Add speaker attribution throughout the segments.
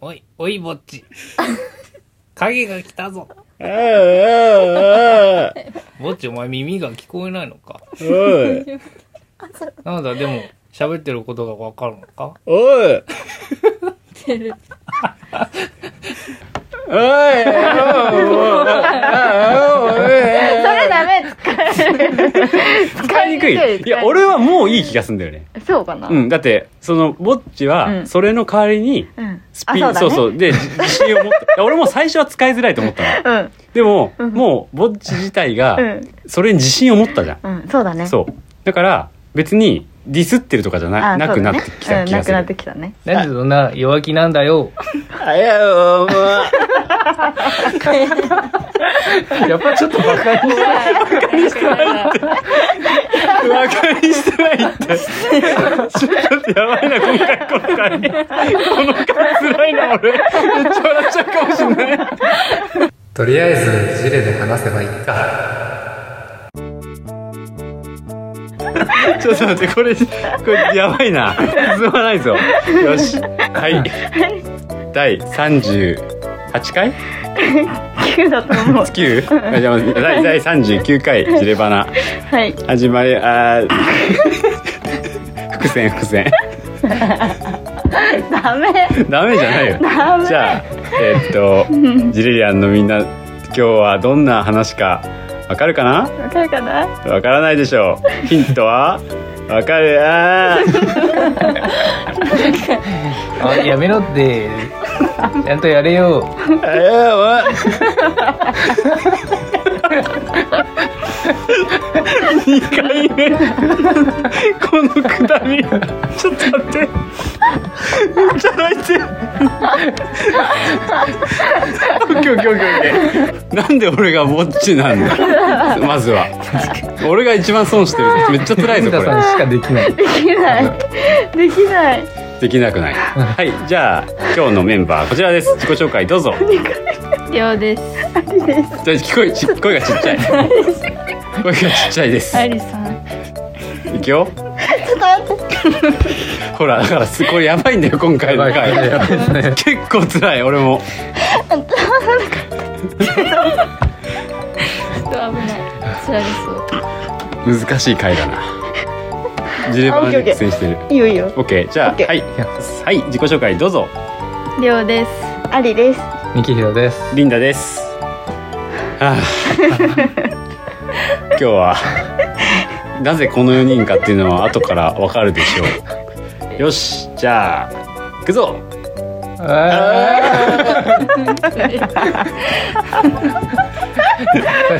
Speaker 1: おい、おい、ぼっち。影が来たぞ。
Speaker 2: ああ、ああ、
Speaker 1: ぼっち、お前耳が聞こえないのか。
Speaker 2: おい、
Speaker 1: なんだ、でも、喋ってることがわかるのか
Speaker 2: おい、
Speaker 3: てる。
Speaker 2: おい、お
Speaker 3: それダメ使える。
Speaker 2: い、使いにくい。いや、俺はもういい気がすんだよね。
Speaker 3: そうかな。
Speaker 2: うん、だって、その、ぼっち
Speaker 3: う
Speaker 2: は、
Speaker 3: ん
Speaker 2: それの代わりに、
Speaker 3: うん。
Speaker 2: ス
Speaker 3: あ
Speaker 2: ピ
Speaker 3: そうだね
Speaker 2: そうそう。で、自自信を持って。俺も最初は使いづらいと思ったの。
Speaker 3: うん。
Speaker 2: でも、
Speaker 3: うん
Speaker 2: もう、ぼっち自体
Speaker 3: う
Speaker 2: が、
Speaker 3: ん。
Speaker 2: それに自信を持ったじゃん。
Speaker 3: うん。そうだね。
Speaker 2: そう。だから、別に、ディスってるとかじゃな
Speaker 3: あ
Speaker 2: なくなってき
Speaker 3: そうだねうんな
Speaker 2: た気がす
Speaker 3: く
Speaker 2: る。
Speaker 3: なってきたね。
Speaker 1: なんでそんな弱気なんだよ。
Speaker 2: あやおま
Speaker 1: やっぱちょっとバカにして
Speaker 2: 馬鹿にしてないって。ちょっとやばいな、今回、今回。この回辛いな、俺。めっちゃ笑っちゃうかもしれない。
Speaker 4: とりあえずジレで話せばいいか
Speaker 2: ちょっと待って、これ、これやばいな。進まないぞ。よし。はい。第38回
Speaker 3: 9だと思う。
Speaker 2: ?9? あじゃあ第第39回、ジレバナ。
Speaker 3: はい。
Speaker 2: 始まり、あ ー伏線、伏線。
Speaker 3: ダメ。
Speaker 2: ダメじゃないよ。
Speaker 3: ダメ。
Speaker 2: じゃあ、えーっ と、ジレリアンのみんな、今日はどんな話か、わかるか
Speaker 3: わ
Speaker 2: な
Speaker 3: かるかな
Speaker 2: わからないでしょう。ヒントはわかるあー
Speaker 1: あ、やめろって。ちゃんとやれよ。
Speaker 2: あやば二回目このくだりちょっと待って めっちゃ泣いてるオッケーオッケーオッケーオッケーなんで俺がぼっちなんだまずは俺が一番損してるぞめっちゃ辛いぞ
Speaker 1: 文
Speaker 2: こ
Speaker 1: 田さん
Speaker 2: れ
Speaker 1: しかできない。
Speaker 3: できない。できない。
Speaker 2: できなくないはいじゃあ今日のメンバーこちらです自己紹介どうぞ
Speaker 5: りょうです。
Speaker 2: じゃあ聞こえち声がちっちゃい 声がちっちゃいです、
Speaker 5: ありさん。
Speaker 2: いくよほらだからすごいやばいんだよ今回の回
Speaker 1: やばいですね
Speaker 2: 結構辛い俺も
Speaker 5: ちょっと危ない。つられそう。
Speaker 2: 難しい回だなジレバナで苦戦してる
Speaker 3: いいよいいよ。
Speaker 2: オッケーじゃあ
Speaker 3: オッケー
Speaker 2: はいはい自己紹介どうぞ
Speaker 5: りょうです。
Speaker 3: ありです。
Speaker 1: ミキヒロです。
Speaker 2: リンダです はあ今日はなぜこの4人かっていうのは後からわかるでしょうよしじゃあ行くぞ
Speaker 1: ああ。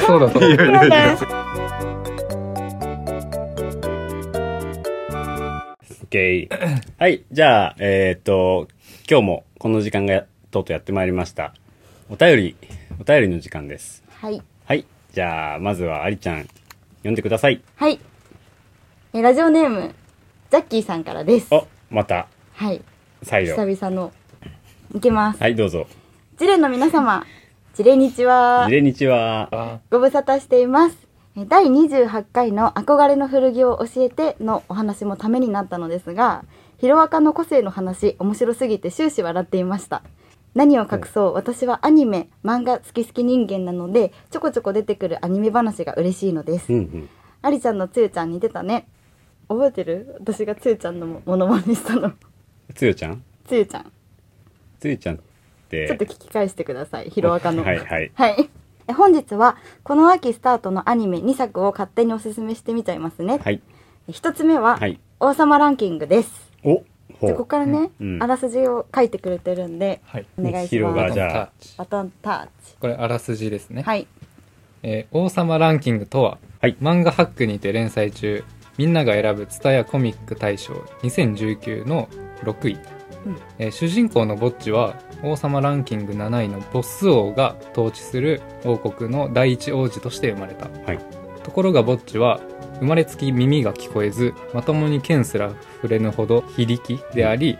Speaker 1: そうだと思う。
Speaker 2: OK はいじゃあえーっと今日もこの時間がとうとうやってまいりましたお便りお便りの時間です
Speaker 6: はい。
Speaker 2: はいじゃあまずはありちゃん読んでください
Speaker 6: はい。え、ラジオネーム、ジャッキーさんからです。
Speaker 2: あまた
Speaker 6: はい。
Speaker 2: 再
Speaker 6: 久
Speaker 2: 度
Speaker 6: 々の。いきます。
Speaker 2: はいどうぞ
Speaker 6: ジレの皆様、ジレにちは
Speaker 2: 入。れ日は
Speaker 6: ご無沙汰しています。え第28回の憧れの古着を教えてのお話もためになったのですが、ヒロアカの個性の話、面白すぎて終始笑っていました。何を隠そう、私はアニメ、漫画好き好き人間なので、ちょこちょこ出てくるアニメ話が嬉しいのです
Speaker 2: うん。うん
Speaker 6: ありちゃんのつゆちゃん似てたね。覚えてる私がつゆちゃんのモノマネしたの。
Speaker 2: つよちゃん
Speaker 6: つゆちゃん。
Speaker 2: つよちゃんって
Speaker 6: ちょっと聞き返してください。ヒロアカの。
Speaker 2: はいはい
Speaker 6: はい。え本日は、この秋スタートのアニメ2作を勝手におすすめしてみちゃいますね。
Speaker 2: はい
Speaker 6: 一つ目は、
Speaker 2: はい
Speaker 6: 王様ランキングです。
Speaker 2: おほ
Speaker 6: でここ
Speaker 2: う
Speaker 6: からね、
Speaker 2: うん
Speaker 6: あらすじを書いてくれてるんで、
Speaker 1: はい。
Speaker 6: お願いし
Speaker 2: ヒロ
Speaker 6: ま
Speaker 2: が
Speaker 6: す。
Speaker 2: じゃあ
Speaker 6: バトンタ
Speaker 1: これあらすじですね
Speaker 6: ッチ。。はい。
Speaker 1: えー王様ランキングとは、
Speaker 2: はい
Speaker 1: 漫画ハックにて連載中みんなが選ぶ「ツタヤコミック大賞2019」の6位、
Speaker 6: うん
Speaker 1: えー主人公のボッチは王様ランキング7位のボス王が統治する王国の第一王子として生まれた、
Speaker 2: はい
Speaker 1: ところがボッチは生まれつき耳が聞こえずまともに剣すら触れぬほど非力であり、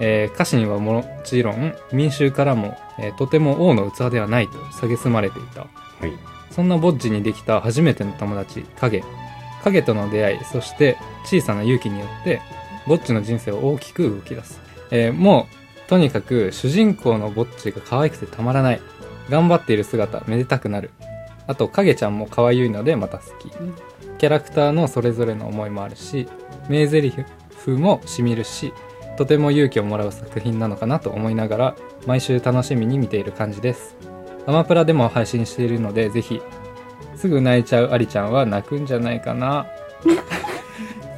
Speaker 1: えー家臣はもちろん民衆からも、えーとても王の器ではないと蔑まれていた
Speaker 2: はい
Speaker 1: そんなボッジにできた初めての友達、影。影との出会い、そして小さな勇気によって、ボッジの人生を大きく動き出す。えーもう、とにかく主人公のぼっちが可愛くてたまらない頑張っている姿めでたくなるあと影ちゃんも可愛いのでまた好き、
Speaker 6: ん
Speaker 1: キャラクターのそれぞれの思いもあるし名台詞もしみるしとても勇気をもらう作品なのかなと思いながら毎週楽しみに見ている感じですアマプラでも配信しているのでぜひすぐ泣いちゃうアリちゃんは泣くんじゃないかな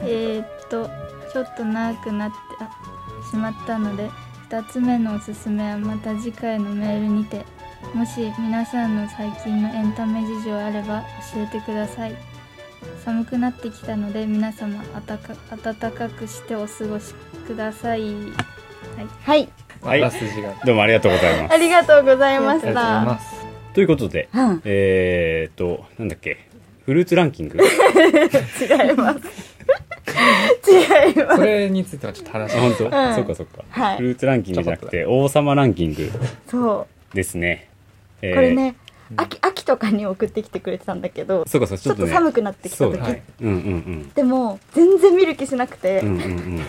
Speaker 5: えー、っとちょっと長くなってあしまったので2つ目のおすすめはまた次回のメールにてもし皆さんの最近のエンタメ事情あれば教えてください寒くなってきたので皆様あたか暖かくしてお過ごしください
Speaker 6: はい
Speaker 2: はい
Speaker 1: あらすじが
Speaker 2: どうもありがとうございます
Speaker 3: ありがとうございま
Speaker 1: あ
Speaker 3: し
Speaker 1: りがとうござい
Speaker 3: た。
Speaker 1: ます
Speaker 2: ということで
Speaker 6: うん
Speaker 2: えーっとなんだっけフルーツランキング
Speaker 6: 違います 違います
Speaker 1: それについてはちょっと話し
Speaker 2: あ
Speaker 1: ま
Speaker 2: 本
Speaker 1: す
Speaker 2: 当、
Speaker 6: うん
Speaker 2: そっかそっか、
Speaker 6: はい
Speaker 2: フルーツランキングじゃなくて王様ランキング
Speaker 6: そう
Speaker 2: ですね、えー
Speaker 6: これね、秋秋とかに送ってきてくれてたんだけど
Speaker 2: そうかそうか
Speaker 6: ち
Speaker 2: ちょ
Speaker 6: ょっ
Speaker 2: っと
Speaker 6: と
Speaker 2: ね
Speaker 6: 寒くなってきた
Speaker 2: そう
Speaker 6: 時、
Speaker 2: だねうんうん
Speaker 6: でも全然見る気しなくて、
Speaker 2: うんうんうん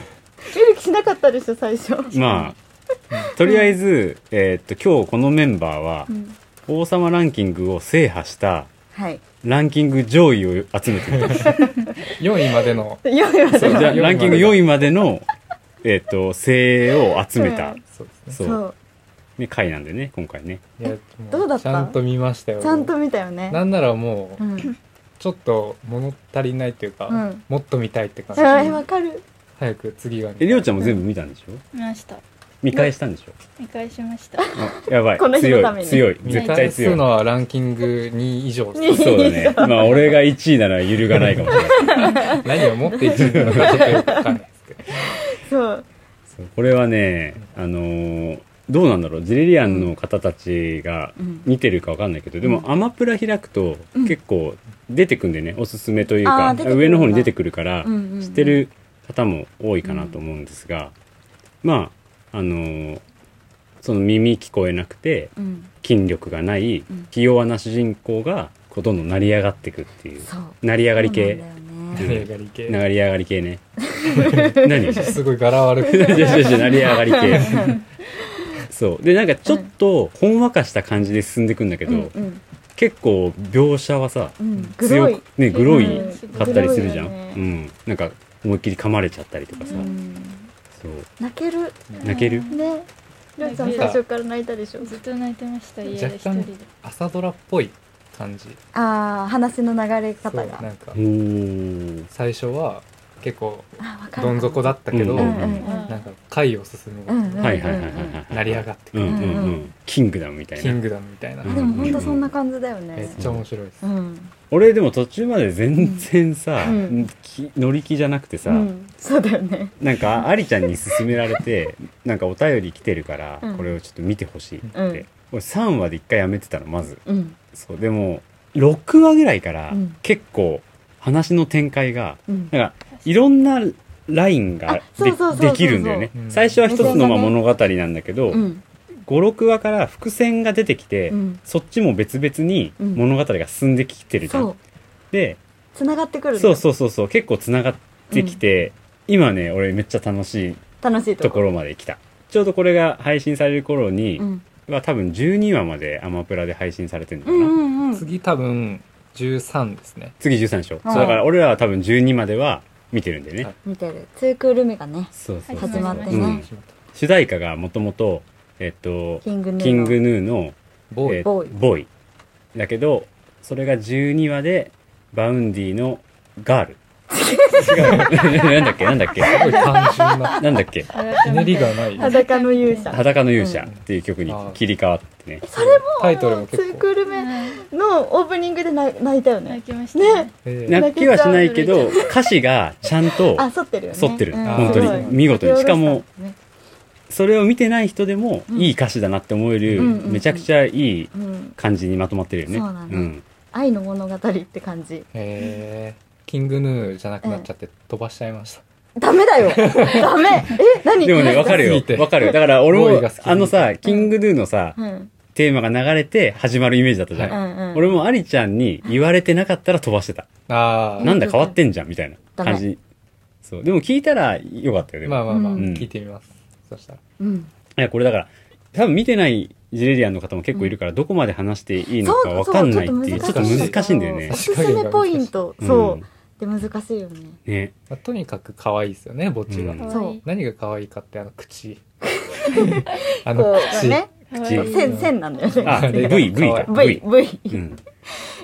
Speaker 6: 見る気しなかったでしょ最初
Speaker 2: うんまあとりあえず、えーっと今日このメンバーは、
Speaker 6: ん
Speaker 2: 王様ランキングを制覇した
Speaker 6: はい
Speaker 2: ランキング上位を集 めてみた
Speaker 1: 4位までの
Speaker 6: 4位ま
Speaker 2: そう
Speaker 6: で
Speaker 2: じゃあ
Speaker 1: 4位まで
Speaker 2: ランキング4位までのえーっと精鋭を集めた、
Speaker 6: うん
Speaker 1: そうです
Speaker 2: そ
Speaker 1: ね
Speaker 6: そうう
Speaker 2: ね回なんでね今回ね
Speaker 1: いやも
Speaker 6: どうだった
Speaker 1: ちゃんと見ましたよ
Speaker 6: ちゃんと見たよね
Speaker 1: なんならも
Speaker 6: う
Speaker 1: うん
Speaker 6: うん
Speaker 1: ちょっと物足りないというか、
Speaker 6: うん
Speaker 1: もっと見たいって感じ、
Speaker 6: わかる
Speaker 1: 早く次が見た
Speaker 2: え
Speaker 1: い
Speaker 2: りょうちゃんも全部見たんでしょ
Speaker 5: 見ました
Speaker 2: 見返したんでしょ
Speaker 5: 見返しました
Speaker 2: あやばい
Speaker 6: この日の
Speaker 2: 強
Speaker 6: ため
Speaker 2: い
Speaker 6: に
Speaker 2: 強い
Speaker 1: 見
Speaker 2: 絶
Speaker 1: 返
Speaker 2: 対
Speaker 1: す
Speaker 2: 強い
Speaker 1: のはランキング2位以上
Speaker 6: に
Speaker 2: そうだね。まあ、俺が1位なら揺るがないかもしれない。
Speaker 1: 何を持っているのかちょっとよくわかん ないですけど
Speaker 6: そう
Speaker 2: そうこれはね、あのーどうなんだろう。ジレリアンの方たちが
Speaker 6: うん
Speaker 2: 見てるかわかんないけど、でも、アマプラ開くと、結構出てくんでね、おすすめという
Speaker 6: あ
Speaker 2: か
Speaker 6: ー出、てくるんだ
Speaker 2: 上の方に出てくるから
Speaker 6: うんうんう、ん
Speaker 2: 知ってる方も多いかなと思うんですが、まあ、あのーその耳聞こえなくて、
Speaker 6: うん
Speaker 2: 筋力がない
Speaker 6: うん、
Speaker 2: 器用な主人公が、こうどんどん成り上がってくっていう。
Speaker 6: そう
Speaker 2: 成り上がり系。
Speaker 6: そうなんだよね
Speaker 1: 成り上がり系
Speaker 2: 成り上がり系ね 何 じゃ
Speaker 1: すごい柄悪くて
Speaker 2: じゃじゃ成り上がり系そうでなんかちょっとほんわかした感じで進んでくんだけど、
Speaker 6: うん
Speaker 2: 結構描写はさ
Speaker 6: うんうんグロ
Speaker 2: 強
Speaker 6: い
Speaker 2: くねグロい
Speaker 6: うん
Speaker 2: かったりするじゃん、
Speaker 6: グロいよ
Speaker 2: う
Speaker 6: ね
Speaker 2: んなんか思いっきり噛まれちゃったりとかさ、
Speaker 6: うん
Speaker 2: そう
Speaker 6: 泣ける
Speaker 2: 泣ける
Speaker 6: ねりょうちゃ
Speaker 5: なん
Speaker 6: ん最
Speaker 5: か
Speaker 6: 初から泣いたでしょ
Speaker 5: ずっと泣いてました家で
Speaker 1: 若
Speaker 5: 一人
Speaker 1: 干
Speaker 5: で
Speaker 1: 朝ドラっぽい感じ
Speaker 6: ああ話の流れ
Speaker 1: そう
Speaker 6: 方
Speaker 1: な
Speaker 6: が
Speaker 1: んか
Speaker 2: おー
Speaker 1: 最初は結構
Speaker 6: あわかる
Speaker 1: どん底だったけど、
Speaker 2: うん
Speaker 6: うんうんうん
Speaker 1: なんか回を進むごと
Speaker 6: うんうん
Speaker 1: に
Speaker 6: うん
Speaker 2: はいはいはいはいはい
Speaker 1: 成り上がってく
Speaker 2: う
Speaker 1: る、
Speaker 2: んうん
Speaker 6: う
Speaker 2: うんんキングダムみたい
Speaker 1: キン
Speaker 2: な
Speaker 1: グダムみたいな、
Speaker 2: う
Speaker 6: でも本当そんな感じだよ
Speaker 1: めっ
Speaker 6: ね
Speaker 1: ちゃ面白いです、
Speaker 6: うん
Speaker 2: 俺でも途中まで全然さ、
Speaker 6: うん
Speaker 2: き乗り気じゃなくてさ、
Speaker 6: うんそうだよね
Speaker 2: なんかありちゃんに勧められてなんかお便り来てるから、
Speaker 6: うん
Speaker 2: これをちょっと見てほしいって、
Speaker 6: うん
Speaker 2: 俺3話で1回やめてたのまず
Speaker 6: うん
Speaker 2: そうでも6話ぐらいから
Speaker 6: うん
Speaker 2: 結構話の展開が
Speaker 6: うん
Speaker 2: なんかいろんなラインが
Speaker 6: あそうそうそうそうそ
Speaker 2: で
Speaker 6: う
Speaker 2: できるんだよね、
Speaker 1: うん
Speaker 2: 最初は一つのまあ
Speaker 6: 目線が
Speaker 2: 物語なんだけど、
Speaker 6: うん
Speaker 2: 56話から伏線が出てきて、
Speaker 6: うん
Speaker 2: そっちも別々に
Speaker 6: うん
Speaker 2: 物語が進んできてるじゃん、
Speaker 6: そう
Speaker 2: で
Speaker 6: つながってくるんだ
Speaker 2: そ
Speaker 6: よ
Speaker 2: うそうそうそう結構つながってきて、今ね俺めっちゃ楽しい
Speaker 6: 楽しい
Speaker 2: と
Speaker 6: とこ
Speaker 2: ころまで来たちょうどこれが配信される頃に、
Speaker 6: うん
Speaker 2: は多分12話までアマプラで配信されてるのか
Speaker 6: う
Speaker 2: な、
Speaker 6: んうんうん
Speaker 1: 次多分13ですね
Speaker 2: 次13でしょ、
Speaker 6: はい
Speaker 2: そうだから俺らは多分12までは見てるんでね、
Speaker 1: はい
Speaker 6: 見てるツークール目がね
Speaker 2: そうそう
Speaker 6: 始まってね
Speaker 2: うん主題歌がもともとえっと
Speaker 6: キングヌーの
Speaker 2: キングヌーの
Speaker 1: ボーイ、
Speaker 2: えー
Speaker 6: ボーイ
Speaker 2: ボーイだけどそれが12話でバウンディのガール違う なんだっけなんだっけ
Speaker 1: すごい単純な
Speaker 2: なんだっけ
Speaker 1: ひねりがない
Speaker 6: 裸の勇者
Speaker 2: 裸の勇者っていう曲に切り替わってね、
Speaker 6: それも
Speaker 1: タイトルも
Speaker 6: ツ
Speaker 1: 結
Speaker 6: ーク
Speaker 1: 構、
Speaker 6: ール目のオープニングでな泣いたよ
Speaker 5: 泣
Speaker 6: ね
Speaker 5: きましたね
Speaker 6: ね
Speaker 1: えー
Speaker 2: 泣きはしないけど歌詞がちゃんと
Speaker 6: あ反ってるよね
Speaker 2: 反ってる、
Speaker 6: うん
Speaker 2: 本当
Speaker 6: すごい
Speaker 2: に見事にしかも
Speaker 6: ね
Speaker 2: それを見てない人でも
Speaker 6: うん
Speaker 2: いい歌詞だなって思える、
Speaker 6: うんうん
Speaker 2: めちゃくちゃいい
Speaker 6: うん
Speaker 2: 感じにまとまってるよね
Speaker 6: そうなんだ
Speaker 2: ん
Speaker 6: 愛の物語って感じ
Speaker 1: えーキングヌーじゃなくなっちゃって飛ばしちゃいました、
Speaker 6: ダメ だよダメえ何
Speaker 2: でもねわかる
Speaker 1: 好きすぎて
Speaker 2: よわかるよだから俺
Speaker 1: ボーイが
Speaker 2: も
Speaker 1: 好きすぎて
Speaker 2: あのさキングヌーのさ、
Speaker 6: うん
Speaker 2: テーマが流れて始まるイメージだったじゃん、
Speaker 6: うんうん
Speaker 2: 俺もアリちゃんに言われてなかったら飛ばしてた、
Speaker 1: ああ
Speaker 2: なんだ変わってんじゃんみたいな感
Speaker 6: ダ
Speaker 2: じそうでも聞いたらよかったよね、
Speaker 1: まあまあまあ、
Speaker 6: うん
Speaker 1: 聞いてみますそしたら
Speaker 6: うん
Speaker 2: いや、これだから、多分見てないジレリアンの方も結構いるから、どこまで話していいのかわかんないっていう、ちょっと難しいんだよね
Speaker 6: お。すすめポイント、
Speaker 2: うん
Speaker 6: そう。で、難しいよね。
Speaker 2: ね。
Speaker 1: まあとにかく可愛いですよねぼっちが、
Speaker 2: うん
Speaker 5: か
Speaker 6: そう
Speaker 5: わいい
Speaker 1: 何が可愛いかってあ の口あの
Speaker 6: こう、
Speaker 1: 口、
Speaker 6: ね。
Speaker 5: かわい
Speaker 2: 口
Speaker 5: い
Speaker 2: うん
Speaker 6: 線、線なんだよね。
Speaker 2: あ、V、V か。
Speaker 6: V、V。
Speaker 2: うん。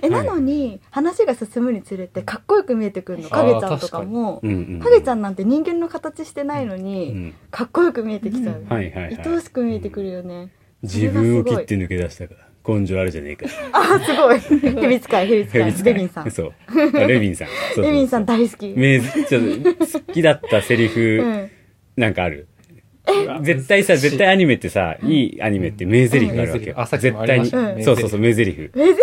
Speaker 6: え、
Speaker 2: は
Speaker 6: ないのに、話が進むにつれて、かっこよく見えてくるの。
Speaker 1: あ
Speaker 6: か
Speaker 1: ー
Speaker 6: げちゃんとかも
Speaker 2: う、んうん。
Speaker 6: かげちゃんなんて人間の形してないの
Speaker 2: う
Speaker 6: に、
Speaker 2: ん。
Speaker 6: かっこよく見えてきちゃう。
Speaker 2: はいはいはい。
Speaker 6: 愛おしく見えてくるよね。
Speaker 2: 自分を切って抜け出したから。根性あるじゃねえか。
Speaker 6: あ、す ごい。蛇使い、蛇使
Speaker 2: レビン
Speaker 6: い。レビンさん。
Speaker 2: そう。あレビン さん。そうそうそう
Speaker 6: レビンさん。大好き。
Speaker 2: めちょっと好きだったセリ
Speaker 6: う
Speaker 2: フ、
Speaker 6: ん。
Speaker 2: なんかある。絶対さ、絶対アニメってさ、いいアニメって名台詞があるわけよ
Speaker 1: うん。あさっきもあ
Speaker 2: 絶
Speaker 1: り
Speaker 2: 対に。
Speaker 1: ましたね
Speaker 2: そうそうそう、名台詞。
Speaker 6: めず、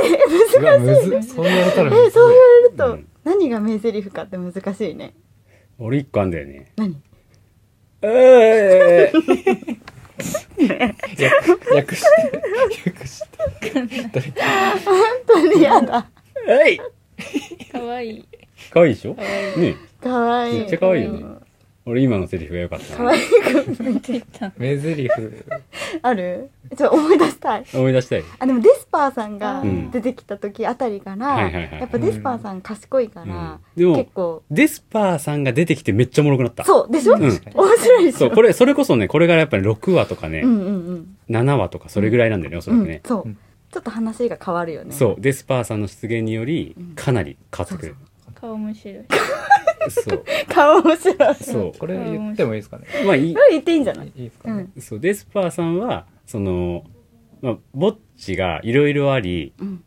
Speaker 1: うわむずそう言われたらむずい
Speaker 6: え、そう言われる
Speaker 2: う
Speaker 6: と
Speaker 2: ん、
Speaker 6: 何が名台詞かって難しいね。
Speaker 2: 俺一個あんだよね。
Speaker 6: 何
Speaker 2: えー
Speaker 1: 略略して略して
Speaker 6: 本当に嫌だ。
Speaker 2: え い
Speaker 5: かわいい
Speaker 2: かわいいでしょ
Speaker 5: かわいい
Speaker 2: ね
Speaker 6: かわ
Speaker 2: え
Speaker 6: いい。
Speaker 2: めっちゃかわいいよね。俺今のセリフが良かった
Speaker 6: か
Speaker 2: な
Speaker 6: わいい。
Speaker 5: なんて言ったの
Speaker 1: 名台詞
Speaker 6: あるちょっと思い出したい。
Speaker 2: 思い出したい。
Speaker 6: あ、でもデスパーさんが
Speaker 2: うん
Speaker 6: 出てきた時あたりか
Speaker 2: は
Speaker 6: ら、
Speaker 2: いはいはい
Speaker 6: やっぱデスパーさん賢いから、
Speaker 2: うんでも
Speaker 6: 結構、
Speaker 2: デスパーさんが出てきてめっちゃおもろくなった。
Speaker 6: そう、でしょ
Speaker 2: うん
Speaker 6: 面白いでし
Speaker 2: そう、
Speaker 6: ょ
Speaker 2: これ、それこそね、これがやっぱり6話とかね
Speaker 6: う、んうんうん。
Speaker 2: 7話とかそれぐらいなんだよね、おそらく
Speaker 6: うん
Speaker 2: ね。
Speaker 6: そう
Speaker 1: うん。
Speaker 6: ちょっと話が変わるよね。
Speaker 2: そう、デスパーさんの出現により、かなり変わってくる。
Speaker 5: 顔面白い
Speaker 2: そう、
Speaker 6: 顔面白い。
Speaker 2: そう。
Speaker 1: これ言ってもいいですかね
Speaker 2: まあ、いい
Speaker 6: こ、れ言っていいんじゃない
Speaker 1: いいですか
Speaker 6: う
Speaker 1: ね
Speaker 6: ん。
Speaker 2: そう、デスパーさんは、その、まあ、ぼっちがいろいろあり、
Speaker 6: うん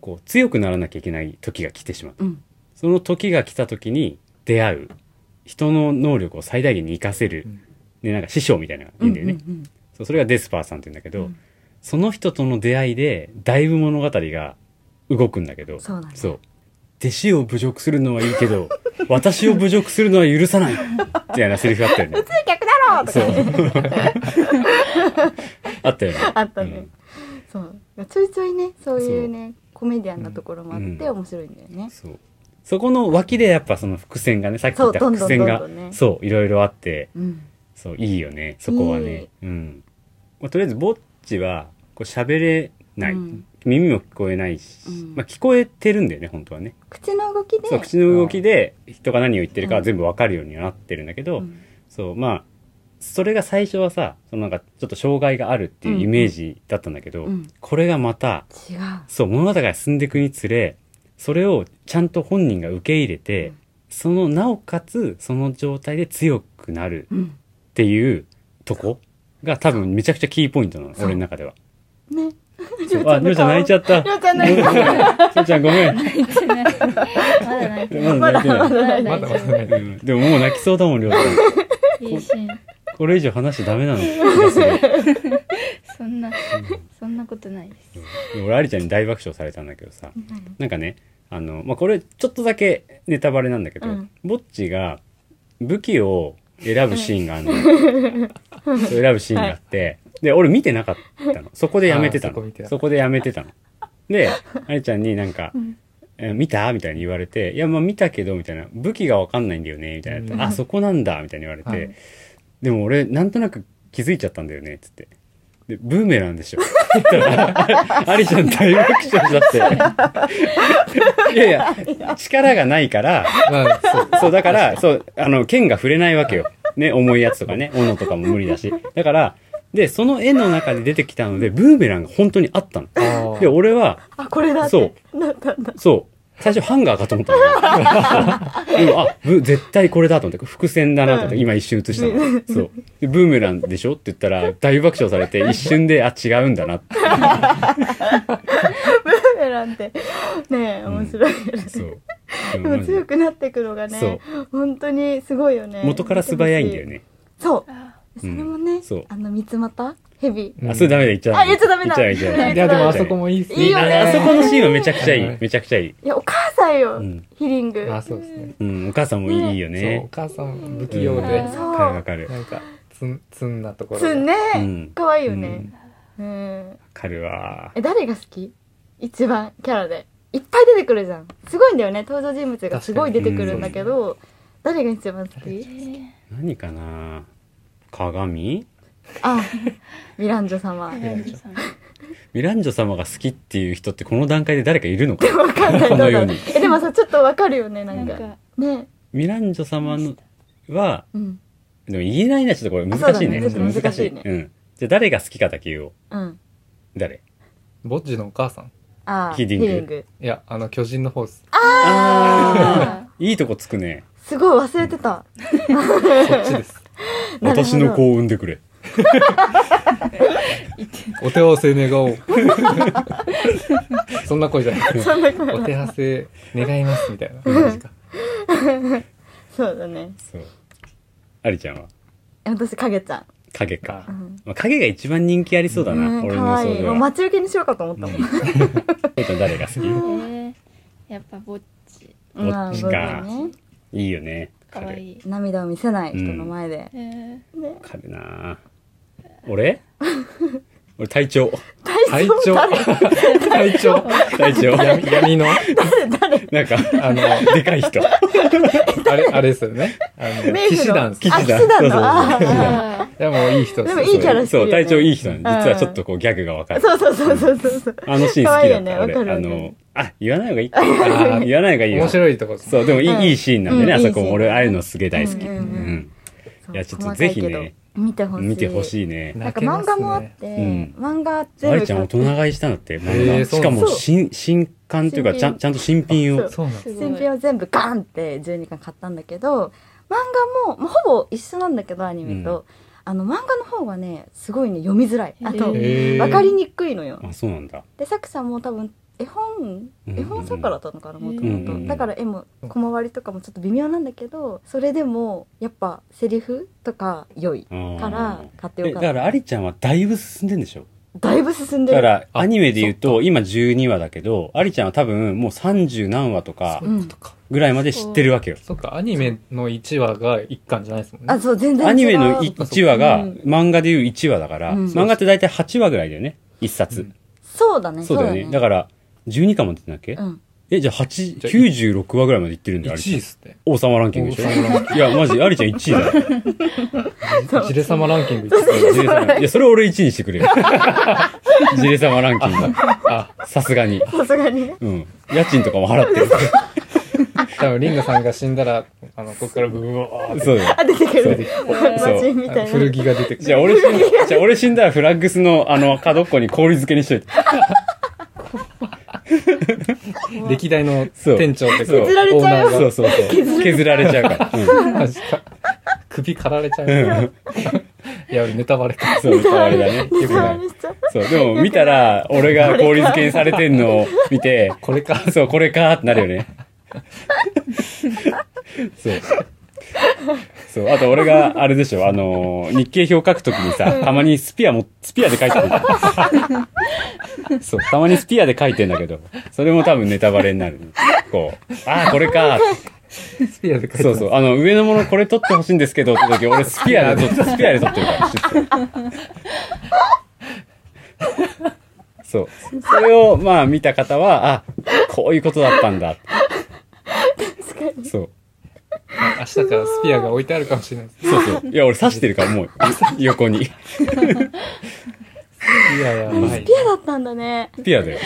Speaker 2: こう、強くならなきゃいけない時が来てしまう。
Speaker 6: うん。
Speaker 2: その時が来た時に出会う。人の能力を最大限に活かせる。
Speaker 1: うん
Speaker 2: ね、なんか師匠みたいなのがいいんだよね。
Speaker 6: うんうんうん
Speaker 2: そうそれがデスパーさんって言うんだけど、
Speaker 6: うん
Speaker 2: その人との出会いで、だいぶ物語が動くんだけど、
Speaker 6: そうなんだ
Speaker 2: 弟子を侮辱するのはいいけど、 私を侮辱するのは許さないみたいなセリフあったよね。
Speaker 6: 逆だろうと
Speaker 2: そ
Speaker 6: か
Speaker 2: う。 あったよね。
Speaker 6: あったね、
Speaker 2: うん
Speaker 6: そうちょいちょいねそういうねコメディアンなところもあって
Speaker 2: うん
Speaker 6: 面白いんだよね、
Speaker 2: そう。そこの脇でやっぱその伏線がね、さっき言った
Speaker 6: そうどん
Speaker 2: 伏
Speaker 6: どん
Speaker 2: 線が、
Speaker 6: どんどんね
Speaker 2: そう、いろいろあって、
Speaker 6: うん、
Speaker 2: そう、いいよね、そこはね。うん。まあ、とりあえず、ぼっちは、こう喋れない、
Speaker 6: うん
Speaker 2: 耳も聞こえないし、
Speaker 6: うん
Speaker 2: まあ聞こえてるんだよね、本当はね。
Speaker 6: 口の動きで
Speaker 2: そう、口の動きで、人が何を言ってるかは全部わかるようにはなってるんだけど、
Speaker 6: うん
Speaker 2: そう、まあ、それが最初はさ、そのなんか、ちょっと障害があるっていうイメージだったんだけど、
Speaker 6: うん
Speaker 2: これがまた、
Speaker 6: 違う
Speaker 2: そう、物語が進んでいくにつれ、それをちゃんと本人が受け入れて、その、なおかつ、その状態で強くなる
Speaker 6: うん
Speaker 2: っていうとこが多分めちゃくちゃキーポイントなの、
Speaker 6: そう
Speaker 2: 俺の中では。
Speaker 6: ね
Speaker 2: そうあ、りょうちゃん泣いち
Speaker 6: ゃ
Speaker 2: ゃった。
Speaker 6: りょうちゃん泣いちゃった
Speaker 2: りょうちゃんごめん。
Speaker 5: 泣いてないまだ泣いてない
Speaker 2: まだ泣いてない
Speaker 6: ま
Speaker 5: まだ大
Speaker 6: だ
Speaker 1: まだ
Speaker 5: 丈
Speaker 1: まだね
Speaker 2: うんでももう泣きそうだもん、りょうちゃ
Speaker 5: 夫いいシーン
Speaker 2: ん。これ以上話しちゃダ メなの気がする。
Speaker 5: そんなそんなことないです
Speaker 2: でも俺、ありちゃんに大爆笑されたんだけどさ、なんかね、あの、まあ、これちょっとだけネタバレなんだけど、
Speaker 6: うん
Speaker 2: ぼっちが武器を選ぶシーンがあるの。そう選ぶシーンがあって、で、俺見てなかったの。そこでやめてた
Speaker 1: あーそこ
Speaker 2: の
Speaker 1: 見て。なかった
Speaker 2: そこでやめてたの。で、ありちゃんになんか、え見たみたいに言われて、いや、まあ見たけど、みたいな、武器がわかんないんだよね、みたいなやって、
Speaker 1: うん
Speaker 2: あ、そこなんだ、みたいに言われて、
Speaker 1: はい
Speaker 2: でも俺、なんとなく気づいちゃったんだよね、つって。で、ブーメランで しょ。 って言ったらアリちゃん大爆笑しちゃって。 いやいや、力がないから、
Speaker 1: まあそう
Speaker 2: そう、だから、そう、あの、剣が触れないわけよ。ね、重いやつとかね、斧とかも無理だし。だから、で、その絵の中で出てきたので、ブーメランが本当にあったの。
Speaker 1: あー
Speaker 2: で、俺は、
Speaker 6: あこれだって
Speaker 2: そう
Speaker 6: なったんだ
Speaker 2: そう。最初ハンガーかと思ったのよでも、あ、ぶ絶対これだと思って、伏線だなと思って、今一瞬映したの。そう。で、ブーメランでしょって言ったら、大爆笑されて、一瞬で、あ、違うんだなって。
Speaker 6: ブーメランってねえ
Speaker 2: ん
Speaker 6: 面白いよね、
Speaker 2: そう。
Speaker 6: でも強くなっていくのがね本当にすごいよね
Speaker 2: 元から素早いんだよね。
Speaker 6: そうそ
Speaker 2: うん
Speaker 6: れもね、
Speaker 2: そう
Speaker 6: あの三つ股蛇
Speaker 1: うん
Speaker 2: あ、それダメだ、言っちゃダメ。
Speaker 6: あ言っちゃダメだ
Speaker 2: 言っちゃダメ言っちゃダメ
Speaker 1: いやでもあそこもいいっす
Speaker 6: いいよね
Speaker 2: ああそこのシーンはめちゃくちゃい
Speaker 1: はい
Speaker 2: い。めちゃくちゃいい。
Speaker 6: いやお母さんよ、
Speaker 2: うん
Speaker 6: ヒリング
Speaker 1: あそうですね
Speaker 2: うん、お母さんもいいよ
Speaker 1: そうお
Speaker 2: ね。
Speaker 1: 母さん不器用
Speaker 2: う
Speaker 1: で
Speaker 2: ん
Speaker 6: そう
Speaker 2: わかるわかる。
Speaker 1: なんかつんつんなところが
Speaker 6: つんね、
Speaker 2: うん
Speaker 6: 可愛いよね。うん。
Speaker 2: わかるわ。
Speaker 6: え、誰が好き一番キャラで。いっぱい出てくるじゃん。すごいんだよね。登場人物がすごい出てくるんだけど、誰が一番好き
Speaker 2: 何かな鏡
Speaker 6: あ、ミランジョ様。
Speaker 1: ミランジョ
Speaker 2: ミランジョ様が好きっていう人ってこの段階で誰かいるのか
Speaker 6: わかんな い
Speaker 2: このように
Speaker 6: どだろえ、でもさ、ちょっとわかるよね、な
Speaker 5: なんん
Speaker 6: か。
Speaker 5: か
Speaker 6: ね。
Speaker 2: ミランジョ様のは
Speaker 6: うん。
Speaker 2: でも言えないなちょっとこれ難しいね
Speaker 6: そうだねちょっと難しいね
Speaker 2: うん、じゃあ誰が好きかだけ言おう
Speaker 6: うん。
Speaker 2: 誰
Speaker 1: ボッジのお母さん
Speaker 6: ああ、
Speaker 2: ヒーディング
Speaker 1: いやあの巨人の方です
Speaker 6: ああ。
Speaker 2: いいとこつくね
Speaker 6: すごい忘れてた。
Speaker 1: こっちです
Speaker 6: なるほど
Speaker 2: 私の子を産んでくれ
Speaker 1: お手合わせ願お うそんな声じゃない
Speaker 6: そんなこ
Speaker 1: お
Speaker 6: と。
Speaker 1: 手合わせ願いますみたいな感じか
Speaker 6: そうだね。
Speaker 2: そうありちゃんは
Speaker 6: 私、かげちゃん。
Speaker 2: 影か、
Speaker 6: ん
Speaker 2: まあ、影が一番人気ありそうだな、
Speaker 6: うん
Speaker 2: 俺
Speaker 6: か
Speaker 2: の
Speaker 6: わ
Speaker 2: 予
Speaker 6: い
Speaker 2: 想で
Speaker 6: い。もう
Speaker 2: は
Speaker 6: 待ち受けにしようかと思ったもん。
Speaker 2: えーと誰が好き
Speaker 5: えー、やっぱぼっち
Speaker 2: ん
Speaker 6: まあ
Speaker 2: どっち
Speaker 6: そう
Speaker 2: か
Speaker 6: だね。
Speaker 2: いいよね
Speaker 5: かわいい、
Speaker 6: 涙を見せない人の前で。
Speaker 5: えー、
Speaker 6: ね。
Speaker 2: 彼彼なあ俺俺隊長
Speaker 1: 隊長隊長
Speaker 2: 隊長
Speaker 1: 闇闇の
Speaker 2: なんか
Speaker 1: あの
Speaker 2: でかい人
Speaker 1: あれあれですよねあの
Speaker 6: メイク
Speaker 1: 騎
Speaker 6: の
Speaker 1: 士団好き
Speaker 2: 騎
Speaker 1: い
Speaker 2: 士
Speaker 6: あ騎士団の
Speaker 2: そうそうそう
Speaker 5: あ
Speaker 1: やもういい人
Speaker 6: でもいいキャラ好き
Speaker 2: そ
Speaker 6: よ
Speaker 2: う
Speaker 6: ね
Speaker 2: 隊長いい人なんで
Speaker 6: うん
Speaker 2: 実はちょっとこうギャグがわかる
Speaker 6: そうそうそうそうそうそう。
Speaker 2: あのシーン好きだった、
Speaker 6: 可愛いよねわかる
Speaker 2: 俺
Speaker 6: わ
Speaker 2: あ
Speaker 6: かる
Speaker 2: のあ言わない方がいいかあー 言わない方がいいよ
Speaker 1: 面白いとこです
Speaker 2: そうでもいい,、
Speaker 6: うん
Speaker 2: いいシーンなんでね、
Speaker 6: う
Speaker 2: あ
Speaker 6: ん
Speaker 2: そこ
Speaker 6: いいシーン
Speaker 2: 俺ああいうのすげえ大好き、
Speaker 6: うんうんうんそう
Speaker 2: いやちょっと
Speaker 6: 細かいけ
Speaker 2: ぜひ
Speaker 6: ど
Speaker 2: ね
Speaker 6: 見てほしい。
Speaker 2: 見てほ
Speaker 6: い。
Speaker 2: しいね
Speaker 6: なんか漫画もあって、
Speaker 2: う
Speaker 6: 漫画
Speaker 2: あ
Speaker 6: 全
Speaker 2: り
Speaker 6: 部
Speaker 2: ちゃん
Speaker 6: 買
Speaker 2: 大
Speaker 6: っ
Speaker 2: 人買いしたんだって漫画、
Speaker 1: へーそう
Speaker 2: し
Speaker 1: な
Speaker 2: か
Speaker 1: んだ
Speaker 2: も新新刊というか
Speaker 6: 新品
Speaker 2: ちゃんちゃんと新品を
Speaker 6: そ
Speaker 1: そうなんです
Speaker 5: ー
Speaker 6: 新品を全部ガーンって12巻買ったんだけど漫画ももうほぼ一緒なんだけどアニメと、あの漫画の方はねすごいね読みづらいあと
Speaker 5: へ
Speaker 1: ー
Speaker 6: 分かりにくいのよ
Speaker 2: あそうなんだ
Speaker 6: で作者も多分絵本
Speaker 2: うん
Speaker 6: 絵本作家だったのかなもと
Speaker 5: うん
Speaker 2: うんう
Speaker 6: も
Speaker 2: ん
Speaker 6: とだから絵も小回りとかもちょっと微妙なんだけどそれでもやっぱセリフとか良い
Speaker 2: あー
Speaker 6: から買って
Speaker 2: え
Speaker 6: よ
Speaker 2: だ
Speaker 6: か
Speaker 2: か
Speaker 6: っ
Speaker 2: らありちゃんはだいぶ進んでんでしょ
Speaker 6: ただいぶ進ん
Speaker 2: だ
Speaker 6: で
Speaker 2: か
Speaker 6: る
Speaker 2: らアニメで言うと今12話だけどありちゃんは多分もう30何話とか
Speaker 1: そういうことか
Speaker 2: ぐらいまで知ってるわけよ
Speaker 1: そっかアニメの1話が1巻じゃないですもんね
Speaker 6: あそう全然違う
Speaker 2: アニメの
Speaker 1: か
Speaker 2: 1話が
Speaker 6: うん
Speaker 2: 漫画でいう1話だから、
Speaker 6: うん
Speaker 2: 漫画って大体8話ぐらいだよね1冊、
Speaker 1: うん
Speaker 6: そうだね
Speaker 2: そうだよねだから12巻までってんだっけ、
Speaker 6: うん
Speaker 2: えじゃあ8
Speaker 1: じゃあ
Speaker 2: 96話ぐらいまでいってるんだよありちゃ
Speaker 1: 1位
Speaker 2: ん
Speaker 1: っすね
Speaker 2: 王様ランキングでしょ
Speaker 1: 王様ラン
Speaker 2: いやマジありちゃん1位だよ
Speaker 1: ジレ様ランキング1位
Speaker 2: ジレ様いやそれを俺1位にしてくれよジレ様ランキン
Speaker 1: あ
Speaker 2: グさすがに
Speaker 6: さすがにね
Speaker 2: うん家賃とかも払ってる
Speaker 1: 多分リンガさんが死んだらあのここからブワーって
Speaker 2: そうだよ
Speaker 6: あ出てく
Speaker 2: そう
Speaker 6: る
Speaker 2: だよ
Speaker 6: マジみたいな
Speaker 1: 古着が出てくる
Speaker 2: じゃあ俺死んじゃあ俺死んだらフラッグスのあの角っこに氷漬けにしといて
Speaker 1: 歴代の
Speaker 2: そう
Speaker 1: 店長って
Speaker 2: そう
Speaker 1: オ
Speaker 2: 削
Speaker 6: られ
Speaker 1: ー
Speaker 6: ちゃ
Speaker 1: ナ
Speaker 6: う
Speaker 1: ー
Speaker 2: そう
Speaker 1: が
Speaker 2: そうそう削られちゃうから、うん
Speaker 1: マジか首刈られちゃう
Speaker 2: うん
Speaker 1: いや俺ネタバレ か
Speaker 2: そう、ネタバレだね。よく
Speaker 6: そう
Speaker 2: な
Speaker 6: あ
Speaker 2: い
Speaker 6: れ。しちゃう
Speaker 2: そう、でも見たら、俺が氷漬けにされてんのを見て、
Speaker 1: これか
Speaker 2: そう、これかーってなるよね。 そう。そう、あと俺が、あれでしょ、あのー、日経表書くときにさ、たまにスピアも、スピアで書いてるから。そう、たまにスピアで書いてんだけど、それも多分ネタバレになる。こう、ああ、これかーって。
Speaker 1: スピアで書いて
Speaker 2: そうそう。あの、上のものこれ取ってほしいんですけど、って時、俺スピアで 取って、スピアで取ってるから、そう。それを、まあ、見た方は、あ、こういうことだったんだ。
Speaker 6: 確かに
Speaker 2: そう。
Speaker 1: 明日からスピアが置いてあるかもしれないです
Speaker 2: そうそう。いや、俺刺してるから、もう、横に。
Speaker 1: いやいやばい
Speaker 6: ピアだったんだね。
Speaker 2: スピアだよ。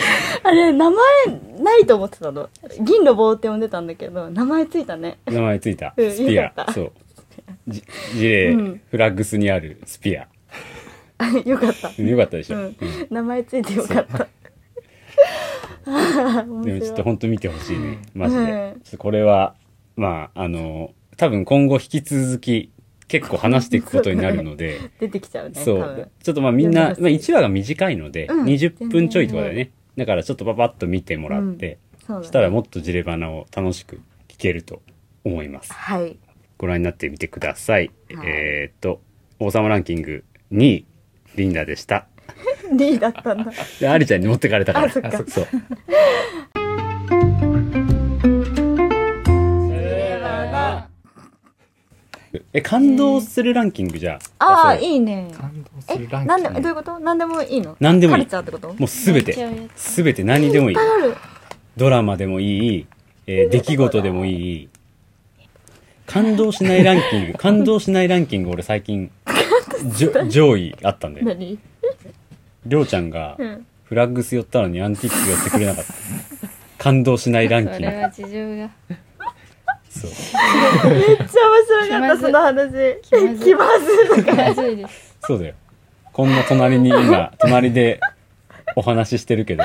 Speaker 6: あれ、名前ないと思ってたの。銀の棒って呼んでたんだけど、名前ついたね。
Speaker 2: 名前ついた。
Speaker 6: うん
Speaker 2: スピ
Speaker 6: よ
Speaker 2: ア
Speaker 6: かっ。た
Speaker 2: そう。ジジレ
Speaker 6: うん
Speaker 2: フラッグスにあるスピア。
Speaker 6: あよかった。
Speaker 2: よかったでし
Speaker 6: う
Speaker 2: ょ。
Speaker 6: ん。名前ついてよかった。
Speaker 2: うんで
Speaker 6: 面
Speaker 2: もちょっと
Speaker 6: 白い。
Speaker 2: 本当見てほしいね。マジで。
Speaker 6: うん
Speaker 2: ちょっとこれは、まあ、あの、多分今後引き続き、結構話していくことになるので、
Speaker 6: 出てきちゃうね。
Speaker 2: そ
Speaker 6: 多
Speaker 2: う
Speaker 6: 分。
Speaker 2: ちょっとまあみんな、
Speaker 6: 読ん
Speaker 2: まあ
Speaker 6: でほしい
Speaker 2: 1話が短いので、
Speaker 6: うん
Speaker 2: 20分ちょいとかだよね。だからちょっとパパッと見てもらって、
Speaker 6: そうだね
Speaker 2: そしたらもっとジレバナを楽しく聞けると思います。
Speaker 6: はい。
Speaker 2: ご覧になってみてください。
Speaker 6: はい
Speaker 2: えーっと、王様ランキング2位、リンダでした。
Speaker 6: D だったんだ。
Speaker 2: でアリちゃんに持ってかれたから。
Speaker 6: あそっか
Speaker 2: あそう。え、感動するランキングじゃ
Speaker 6: ああ、
Speaker 2: い。
Speaker 6: いいね。
Speaker 1: 感動す
Speaker 6: え
Speaker 1: るラ、ンキ
Speaker 6: なん
Speaker 1: ン
Speaker 6: で、ど
Speaker 1: グ
Speaker 6: ういうことなんでもいいの
Speaker 2: なんでもいい
Speaker 6: カルチャーってこと
Speaker 2: もうすべ
Speaker 5: 泣いちゃうや
Speaker 2: て、すべて何でもいい。ドラマでもいい、えー出来事でもいい。感動しないランキング、感動しないランキング俺最近じょ上位あったんで
Speaker 7: 何
Speaker 2: りょうちゃんが
Speaker 7: うん。
Speaker 2: フラッグス寄ったのにアンティーク寄ってくれな かった感動しないランキン
Speaker 5: そ
Speaker 2: グ
Speaker 5: れは事情が
Speaker 2: そう
Speaker 6: めっちゃ面白かったその話気まずいとか
Speaker 5: まずいです
Speaker 2: そうだよこんな隣に今隣でお話ししてるけど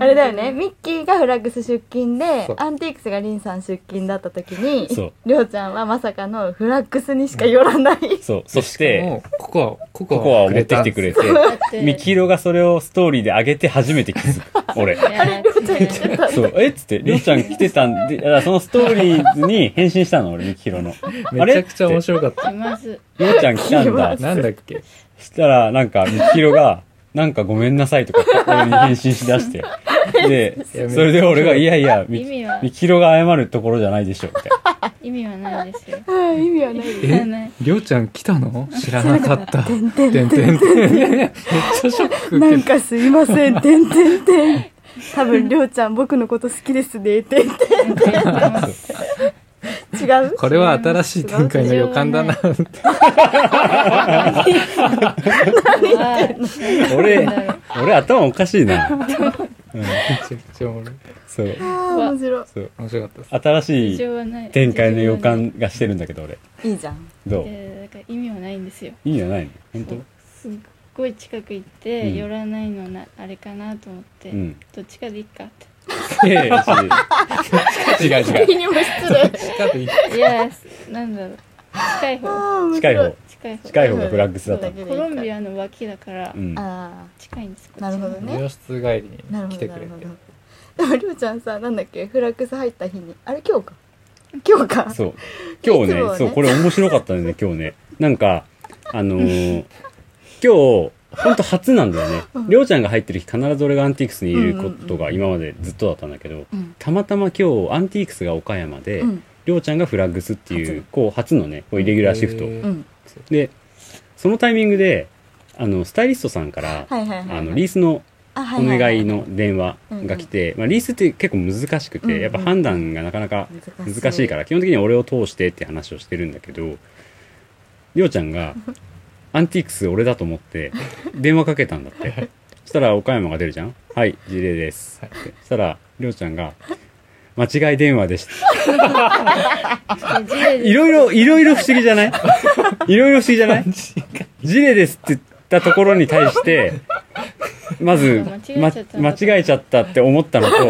Speaker 6: あれだよねミッキーがフラッグス出勤で
Speaker 1: そう
Speaker 6: アンティークスがリンさん出勤だった時に
Speaker 2: そう
Speaker 6: りょうちゃんはまさかのフラッグスにしか寄らない
Speaker 2: そうそして
Speaker 1: でもココアココア
Speaker 2: ココアを持ってきてくれて
Speaker 5: だ って
Speaker 2: みきろがそれをストーリーで上げて初めて気づく 俺
Speaker 5: あれ
Speaker 6: りょうちゃん言ってた
Speaker 2: そうえっつってりょうちゃん来てた んでだからそのストーリーズに返信したの俺みきろのあ
Speaker 1: めち
Speaker 2: れ
Speaker 1: ゃくちゃ面白かっ
Speaker 5: 気まずい
Speaker 2: りょうちゃん来たんだ
Speaker 1: たなんだっけ
Speaker 2: そしたら、なんか、みきろが、なんかごめんなさいとか、俺に返信しだして。で、それで俺が、いやいや、
Speaker 5: 意味
Speaker 2: み
Speaker 5: は
Speaker 2: みきろが謝るところじゃないでしょ、みたいな。
Speaker 5: 意味はないですよ
Speaker 6: はい意味はないです
Speaker 5: いらない
Speaker 1: りょうちゃん来たの知らなかった。てんてんてん。 めっちゃショック
Speaker 6: な
Speaker 1: 受
Speaker 6: ん
Speaker 1: け
Speaker 6: かすいません、てんてんてん。多分、りょうちゃん僕のこと好きですね、てんてん。違う
Speaker 1: た。これは新しい展開の予感だな。
Speaker 2: 俺、 俺頭おかしいな。
Speaker 1: めちゃくちゃ面白い
Speaker 2: そう、
Speaker 6: あー面白
Speaker 2: そう。
Speaker 1: 面白かったです。
Speaker 2: 新し
Speaker 5: 事
Speaker 2: い
Speaker 5: 情はない
Speaker 2: 展開の予感がしてるんだけど、俺。
Speaker 6: い。いいじゃん。
Speaker 2: どう
Speaker 5: えーだから意味はないんですよ
Speaker 2: いいんじゃないの本
Speaker 5: すっごい近く行って、
Speaker 2: うん
Speaker 5: 寄らないのなあれかなと思って、
Speaker 2: うん
Speaker 5: どっちかでいいかって
Speaker 2: 当いやいや、違う違う違う。
Speaker 6: にも失礼。
Speaker 1: 近く行っ
Speaker 5: いやーなんだろう近い方
Speaker 2: 近い方、
Speaker 5: 近い方
Speaker 2: 近い方がフラッグスだったの。
Speaker 5: コロンビアの脇だから
Speaker 2: うん。
Speaker 6: あ
Speaker 5: 近いんですこっち
Speaker 6: あ、なるほど
Speaker 1: て
Speaker 6: ね
Speaker 1: 美。容室帰り
Speaker 6: なる
Speaker 1: に
Speaker 6: ほ
Speaker 1: 来
Speaker 6: ど、
Speaker 1: てく
Speaker 6: な
Speaker 1: れ
Speaker 6: るほ
Speaker 1: て
Speaker 6: ど。。でも、りょうちゃんさ、なんだっけフラッグス入った日に。あれ、今日か今日か。
Speaker 2: そう。今日
Speaker 6: いつもは
Speaker 2: ね、
Speaker 6: ね
Speaker 2: そう、これ面白かった ね、今日ね。なんか、あのー今日、ほんと初なんだよね。りょうちゃんが入ってる日、必ず俺がアンティークスにいることが今までずっとだったんだけど、
Speaker 6: うん
Speaker 2: たまたま今日、アンティークスが岡山で、
Speaker 6: うん。
Speaker 2: りょうちゃんがフラッグスっていう、こう、初のね、こうイレギュラーシフト。
Speaker 1: へー
Speaker 6: うん。
Speaker 2: で、そのタイミングで、あの、スタイリストさんから、
Speaker 6: はいはいはい。
Speaker 2: あの、リースの
Speaker 6: あ、は
Speaker 2: お
Speaker 6: は
Speaker 2: 願い。の電話が来て、まあ、リースって結構難しくて、
Speaker 6: うんうん
Speaker 2: やっぱ判断がなかなか
Speaker 6: 難しい。
Speaker 2: 難しいから基本的には俺を通してって話をしてるんだけどりょうちゃん が「アンティークス俺だと思って電話かけたんだ ってそしたら岡山が出るじゃん「はい事例です」ってそしたらりょうちゃんが「間違い電話でした」いろいろいろいろ不思議じゃないいろいろ不思議じゃない事例ですって言ったところに対してまず
Speaker 5: 間違えちゃった
Speaker 2: ま間違えちゃったって思ったのと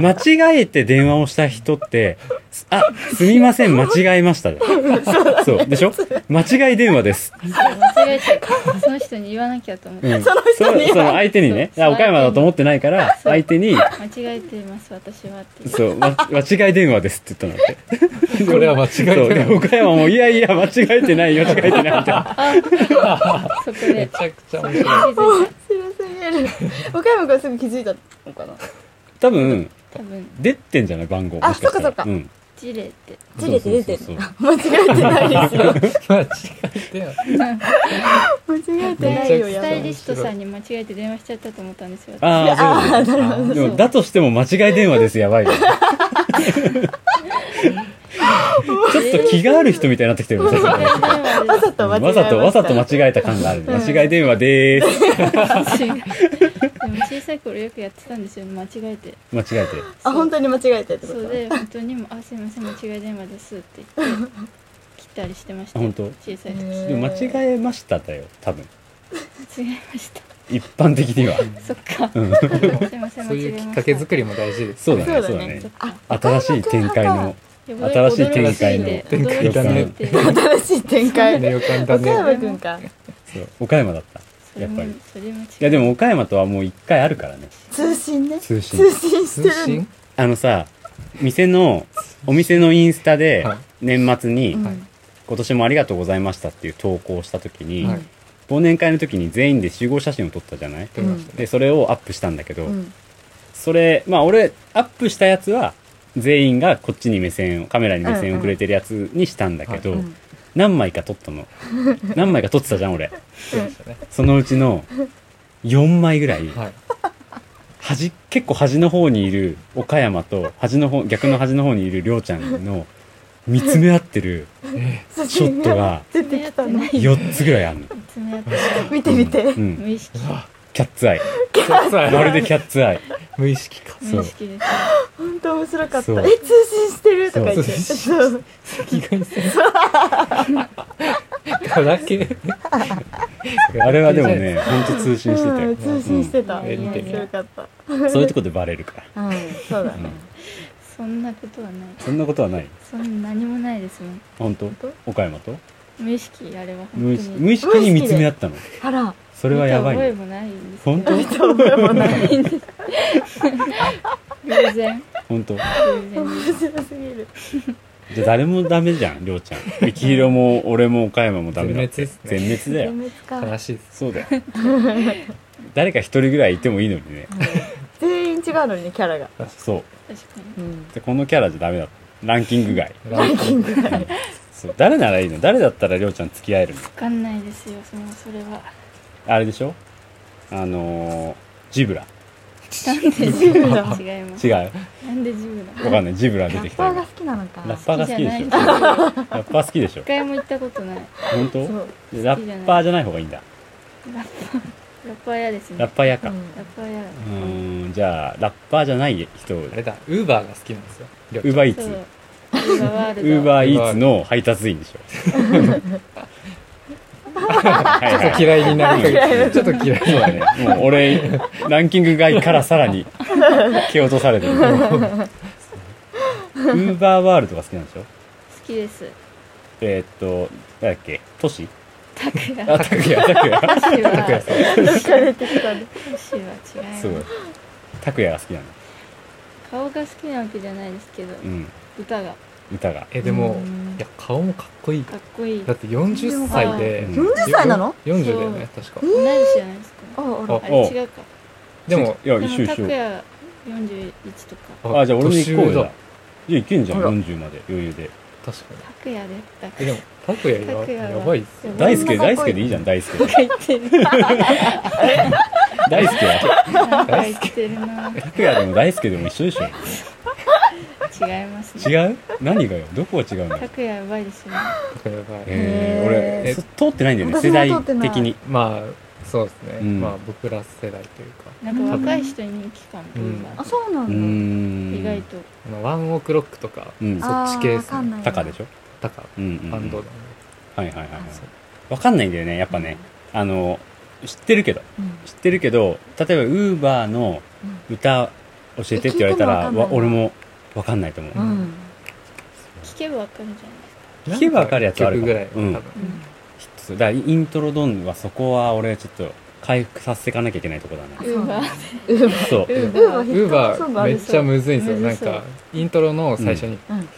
Speaker 2: 間違えて電話をした人って「あすみません間違えました」そうでしょ間違い電話です、
Speaker 5: 間違えちゃったその人に言わなきゃと思っ
Speaker 2: う
Speaker 5: て
Speaker 2: ん、そのその相手にね
Speaker 5: そう
Speaker 2: あ岡山だと思ってないから
Speaker 5: そう
Speaker 2: 相手に
Speaker 5: 間違えています私はっ
Speaker 2: 「
Speaker 5: て
Speaker 2: そう、ま間違い電話です」って言ったんだって
Speaker 1: これは間違
Speaker 2: そう
Speaker 1: えて
Speaker 2: で
Speaker 1: ない。め
Speaker 2: 岡山も「いやいや間違えてないよ間違えてない」みたいな
Speaker 5: そこで
Speaker 1: ちゃくち
Speaker 5: そ
Speaker 1: ゃ
Speaker 5: こ
Speaker 1: 面
Speaker 5: で気
Speaker 1: 白い。
Speaker 5: づい
Speaker 6: 面白すぎる。岡山君すぐ気づいたのかな
Speaker 2: 多分
Speaker 5: た多分
Speaker 2: 出てんじゃない番号
Speaker 6: あ
Speaker 2: もしかしたら
Speaker 6: そっかそっか
Speaker 2: うん
Speaker 5: ジレって
Speaker 6: ずれて出てる
Speaker 2: そうそうそう
Speaker 6: 間違えてないです よ
Speaker 1: 間違えてな
Speaker 6: 間
Speaker 1: い。
Speaker 6: 違えて
Speaker 5: で
Speaker 6: な
Speaker 5: ス
Speaker 6: いよやば
Speaker 5: タイ
Speaker 6: い
Speaker 5: リストさんに間違えて電話しちゃったと思ったんですよ
Speaker 2: ああそうだねでもだとしても間違い電話ですや ばいよちょっと気がある人みたいになってきてるねさっき
Speaker 5: 間
Speaker 2: か
Speaker 5: 違
Speaker 2: ら
Speaker 5: え電話で
Speaker 6: わざと間違えま
Speaker 2: わ
Speaker 6: した
Speaker 2: ざとわざと間違えた感がある間違い電話でーす
Speaker 5: 違うでも小さい頃よくやってたんですよね間違えて
Speaker 2: 間違えて
Speaker 6: あ本当に間違えたってこ
Speaker 5: そう
Speaker 6: と
Speaker 5: で本当にも「あすいません間違い電話です」って言って切ったりしてました
Speaker 2: あ本当
Speaker 5: 小さい時間違
Speaker 2: でも間違えましただよ多分
Speaker 5: えました
Speaker 2: 一般的には
Speaker 5: そっか
Speaker 2: うん
Speaker 5: すいません間
Speaker 1: そう
Speaker 5: 違
Speaker 1: い
Speaker 5: え
Speaker 1: う
Speaker 5: ま
Speaker 1: き
Speaker 5: し
Speaker 1: ったかけ作りも大事です。
Speaker 2: そうだね
Speaker 6: そ
Speaker 2: そうう
Speaker 6: だ
Speaker 2: だ
Speaker 6: ね
Speaker 2: ね
Speaker 5: そっか
Speaker 2: 新しい展開の新しい展開の
Speaker 5: 驚いて
Speaker 1: 展開だね
Speaker 5: 驚いて
Speaker 6: 新しい展開
Speaker 1: ね予感だ
Speaker 6: 岡
Speaker 1: ね。
Speaker 6: 山くんか
Speaker 2: そう岡山だった
Speaker 5: それ
Speaker 2: やっ
Speaker 5: も
Speaker 2: ぱりい
Speaker 5: それも違う
Speaker 2: やでも岡山とはもう一回あるからね
Speaker 6: 通信ね
Speaker 2: 通信
Speaker 6: 通信して
Speaker 1: 通
Speaker 6: る
Speaker 1: 信
Speaker 6: の
Speaker 2: あのさ店のお店のインスタで
Speaker 1: はい
Speaker 2: 年末に、
Speaker 6: うん
Speaker 2: 今年もありがとうございましたっていう投稿をした時に、
Speaker 1: はい
Speaker 2: 忘年会の時に全員で集合写真を撮ったじゃない
Speaker 1: 撮りましたね。
Speaker 2: でそれをアップしたんだけど、
Speaker 6: うん
Speaker 2: それまあ俺アップしたやつは全員がこっちに目線をカメラに目線をくれてるやつにしたんだけど、
Speaker 6: うんうん
Speaker 2: 何枚か撮った の何枚か撮ってたじゃん俺
Speaker 1: 撮りましたね。
Speaker 2: そのうちの4枚ぐらい
Speaker 1: はい。
Speaker 2: 端結構端の方にいる岡山と端の方逆の端の方にいるりょうちゃんの見つめ合ってる
Speaker 6: 写
Speaker 2: ショ
Speaker 6: 真
Speaker 2: ット
Speaker 6: が
Speaker 2: が
Speaker 6: 出てきたの
Speaker 2: 4つぐらいあるの
Speaker 5: 爪痕
Speaker 6: 見て見て
Speaker 2: う。ん
Speaker 5: 無意識
Speaker 2: キャッツアイ
Speaker 1: さ
Speaker 2: まるでキャッツアイ
Speaker 1: 無意識か
Speaker 5: 無意識です
Speaker 6: 本当面白かっ
Speaker 2: そう
Speaker 6: た。え、通信してるとか言って。
Speaker 1: そう
Speaker 6: そう
Speaker 1: 赤外線ガラケー
Speaker 2: あれはでもねほんと通信してた
Speaker 6: う
Speaker 2: よ
Speaker 6: ん通信してた。
Speaker 1: え見て
Speaker 6: 面
Speaker 1: みよう
Speaker 6: 白かった。
Speaker 2: そういうとこでバレるから
Speaker 6: うん、そうだね。
Speaker 5: そんなことはない
Speaker 2: そんなことはない
Speaker 5: そんな何もないですもん
Speaker 2: 本当
Speaker 6: 当
Speaker 2: 岡山と
Speaker 5: 無意識あれは本当
Speaker 2: 無意
Speaker 5: に
Speaker 2: 識無意識に見つめ合ったの
Speaker 6: あら、
Speaker 2: それはやば
Speaker 5: 見た
Speaker 2: い
Speaker 5: 覚えもないんです
Speaker 2: 本当
Speaker 5: 偶然
Speaker 2: 本当
Speaker 5: 偶然
Speaker 6: 面白すぎる。
Speaker 2: じゃあ誰もダメじゃんりょうちゃん雪広も俺も岡山もダメだって
Speaker 1: 全
Speaker 2: 全
Speaker 1: 滅
Speaker 2: 滅だよ
Speaker 6: 全滅
Speaker 1: 悲
Speaker 6: か。
Speaker 1: しいです
Speaker 2: そうだよ 誰か一人ぐらいいてもいいのにね
Speaker 6: 全員違うのにね、キャラが。
Speaker 2: そう
Speaker 5: 確かに
Speaker 6: うん。
Speaker 2: でこのキャラじゃダメだったランキング外
Speaker 1: ランキング
Speaker 2: そう誰ならいいの誰だったらりょうちゃん付き合えるの
Speaker 5: 分かんないですよそのそれは
Speaker 2: あれでしょあのー、ジブラ
Speaker 5: なんでジブラ違います
Speaker 2: 違うわ
Speaker 5: なんでジブラ
Speaker 2: かんないジブラ
Speaker 6: ラ
Speaker 2: 出て
Speaker 6: ッ
Speaker 2: き
Speaker 6: パ
Speaker 2: た
Speaker 6: ーが
Speaker 2: 今
Speaker 6: 好きなのか。
Speaker 2: ラッパーが好きでしょ
Speaker 5: 好きじゃない
Speaker 2: ラッパー好きでしょ
Speaker 5: 一回も行ったことない
Speaker 2: 本
Speaker 6: そ
Speaker 2: 当
Speaker 6: う。
Speaker 2: ラッパーじゃない方がいいんだ
Speaker 5: ラッパー嫌ですね
Speaker 2: ラッ
Speaker 5: ラ
Speaker 2: パーやか
Speaker 6: う
Speaker 2: うん
Speaker 5: ッパー嫌だ
Speaker 2: ーんじゃあラッパーじゃない人
Speaker 1: あれだウーバーが好きなんですよりょうち
Speaker 2: ウ
Speaker 1: ゃん
Speaker 2: ーバーイー
Speaker 5: そう
Speaker 2: ツ
Speaker 5: ウーバーワー
Speaker 2: ウ
Speaker 5: ルド
Speaker 2: ーバーイーツの配達員でしょ はいはい
Speaker 1: ちょっと嫌いになりかけてちょっと嫌い
Speaker 2: そうだね。もう俺、ランキング外からさらに、蹴落とされてる。ウーバーワールドが好きなんでしょ
Speaker 5: 好きです
Speaker 2: えーっと、なんだっけ、都市
Speaker 5: タクヤ
Speaker 2: あ、拓也、拓也。
Speaker 5: タクヤは
Speaker 6: 疲れてきたね。
Speaker 5: 違
Speaker 2: す
Speaker 5: い
Speaker 2: ごい
Speaker 5: ます。
Speaker 2: 拓也が好きなんだ。
Speaker 5: 顔が好きなわけじゃないですけど
Speaker 2: うん、
Speaker 5: 歌が
Speaker 2: 歌が。
Speaker 1: えでも
Speaker 6: うん
Speaker 1: いや顔もかっこいい
Speaker 5: かっこいい
Speaker 1: だって40歳で
Speaker 2: うん
Speaker 6: 40歳なの
Speaker 1: 40だよね確か
Speaker 5: 同い年じゃないですか
Speaker 6: あ、あら。
Speaker 5: あ
Speaker 2: お
Speaker 5: れ違うか
Speaker 1: でも
Speaker 2: いや、
Speaker 5: で
Speaker 2: 一緒
Speaker 5: も
Speaker 2: 一
Speaker 5: 拓
Speaker 2: 緒。
Speaker 5: ヤ41とか
Speaker 2: あ、じゃあ俺も行こうよ。
Speaker 1: 年
Speaker 2: じ
Speaker 1: 上
Speaker 2: ゃ
Speaker 1: だ
Speaker 2: あじゃあいけんじゃん、
Speaker 6: ほら
Speaker 2: 40まで、余裕で。
Speaker 1: 確かに
Speaker 5: 拓ヤでだか
Speaker 1: えでも拓也
Speaker 5: 拓也は
Speaker 1: やばいっすよ
Speaker 5: やば
Speaker 2: 大
Speaker 5: い
Speaker 2: 輔、大輔でいいじゃん、大輔。
Speaker 5: ら言ってる
Speaker 2: 大輔は。
Speaker 5: なんか言ってるな
Speaker 2: 拓也でも大輔でも一緒でしょ。
Speaker 5: 違いますね
Speaker 2: 違う何がよ。どこが違うの
Speaker 5: 拓ヤやばいですよね
Speaker 1: 拓也やばい
Speaker 2: えー、
Speaker 1: へ
Speaker 2: 俺、
Speaker 1: ー
Speaker 2: そ通ってないんだよね、
Speaker 6: 私
Speaker 2: 世
Speaker 6: も
Speaker 2: 代
Speaker 6: 通ってない
Speaker 2: 的に。
Speaker 1: まあそうですね
Speaker 2: うん
Speaker 1: まあ僕ら世代というか
Speaker 5: なんか若い人に人気かも
Speaker 1: うん
Speaker 5: ウーバー
Speaker 6: あ、そうな
Speaker 2: うー
Speaker 6: んだ。
Speaker 2: ん
Speaker 5: 意外と
Speaker 1: あのワンオクロックとか
Speaker 2: うん
Speaker 1: そっち系っすね
Speaker 6: あーわかんないな
Speaker 2: タカでしょ
Speaker 1: タカ
Speaker 2: うんうんうん
Speaker 1: バンド
Speaker 2: は
Speaker 1: だね
Speaker 2: いはいはいはい
Speaker 1: そう
Speaker 2: わかんないんだよねやっぱねあの知ってるけど
Speaker 6: うん
Speaker 2: 知ってるけど例えばウーバーの歌教えてって言われたら
Speaker 6: え聞いても
Speaker 2: わ
Speaker 6: わかんないな
Speaker 2: 俺もわかんないと思う、
Speaker 6: うん。
Speaker 5: 聞けばわかるじゃないですか
Speaker 2: 聞けばわかるやつあるかも
Speaker 1: 曲ぐらい
Speaker 2: うん
Speaker 1: 多分
Speaker 2: そうだからイントロドンはそこは俺ちょっと回復させていかなきゃいけないとこだな
Speaker 5: ウーバー
Speaker 2: そう
Speaker 5: ウー
Speaker 6: ウー
Speaker 5: バ
Speaker 6: バー
Speaker 5: ー
Speaker 6: ヒッ
Speaker 1: ウーバ
Speaker 6: トソング
Speaker 1: ー
Speaker 6: あ
Speaker 1: めっ
Speaker 6: る
Speaker 1: ちゃむずいんですよ
Speaker 5: む
Speaker 1: なん
Speaker 5: ずそう
Speaker 1: かイントロの最初に
Speaker 6: うんうん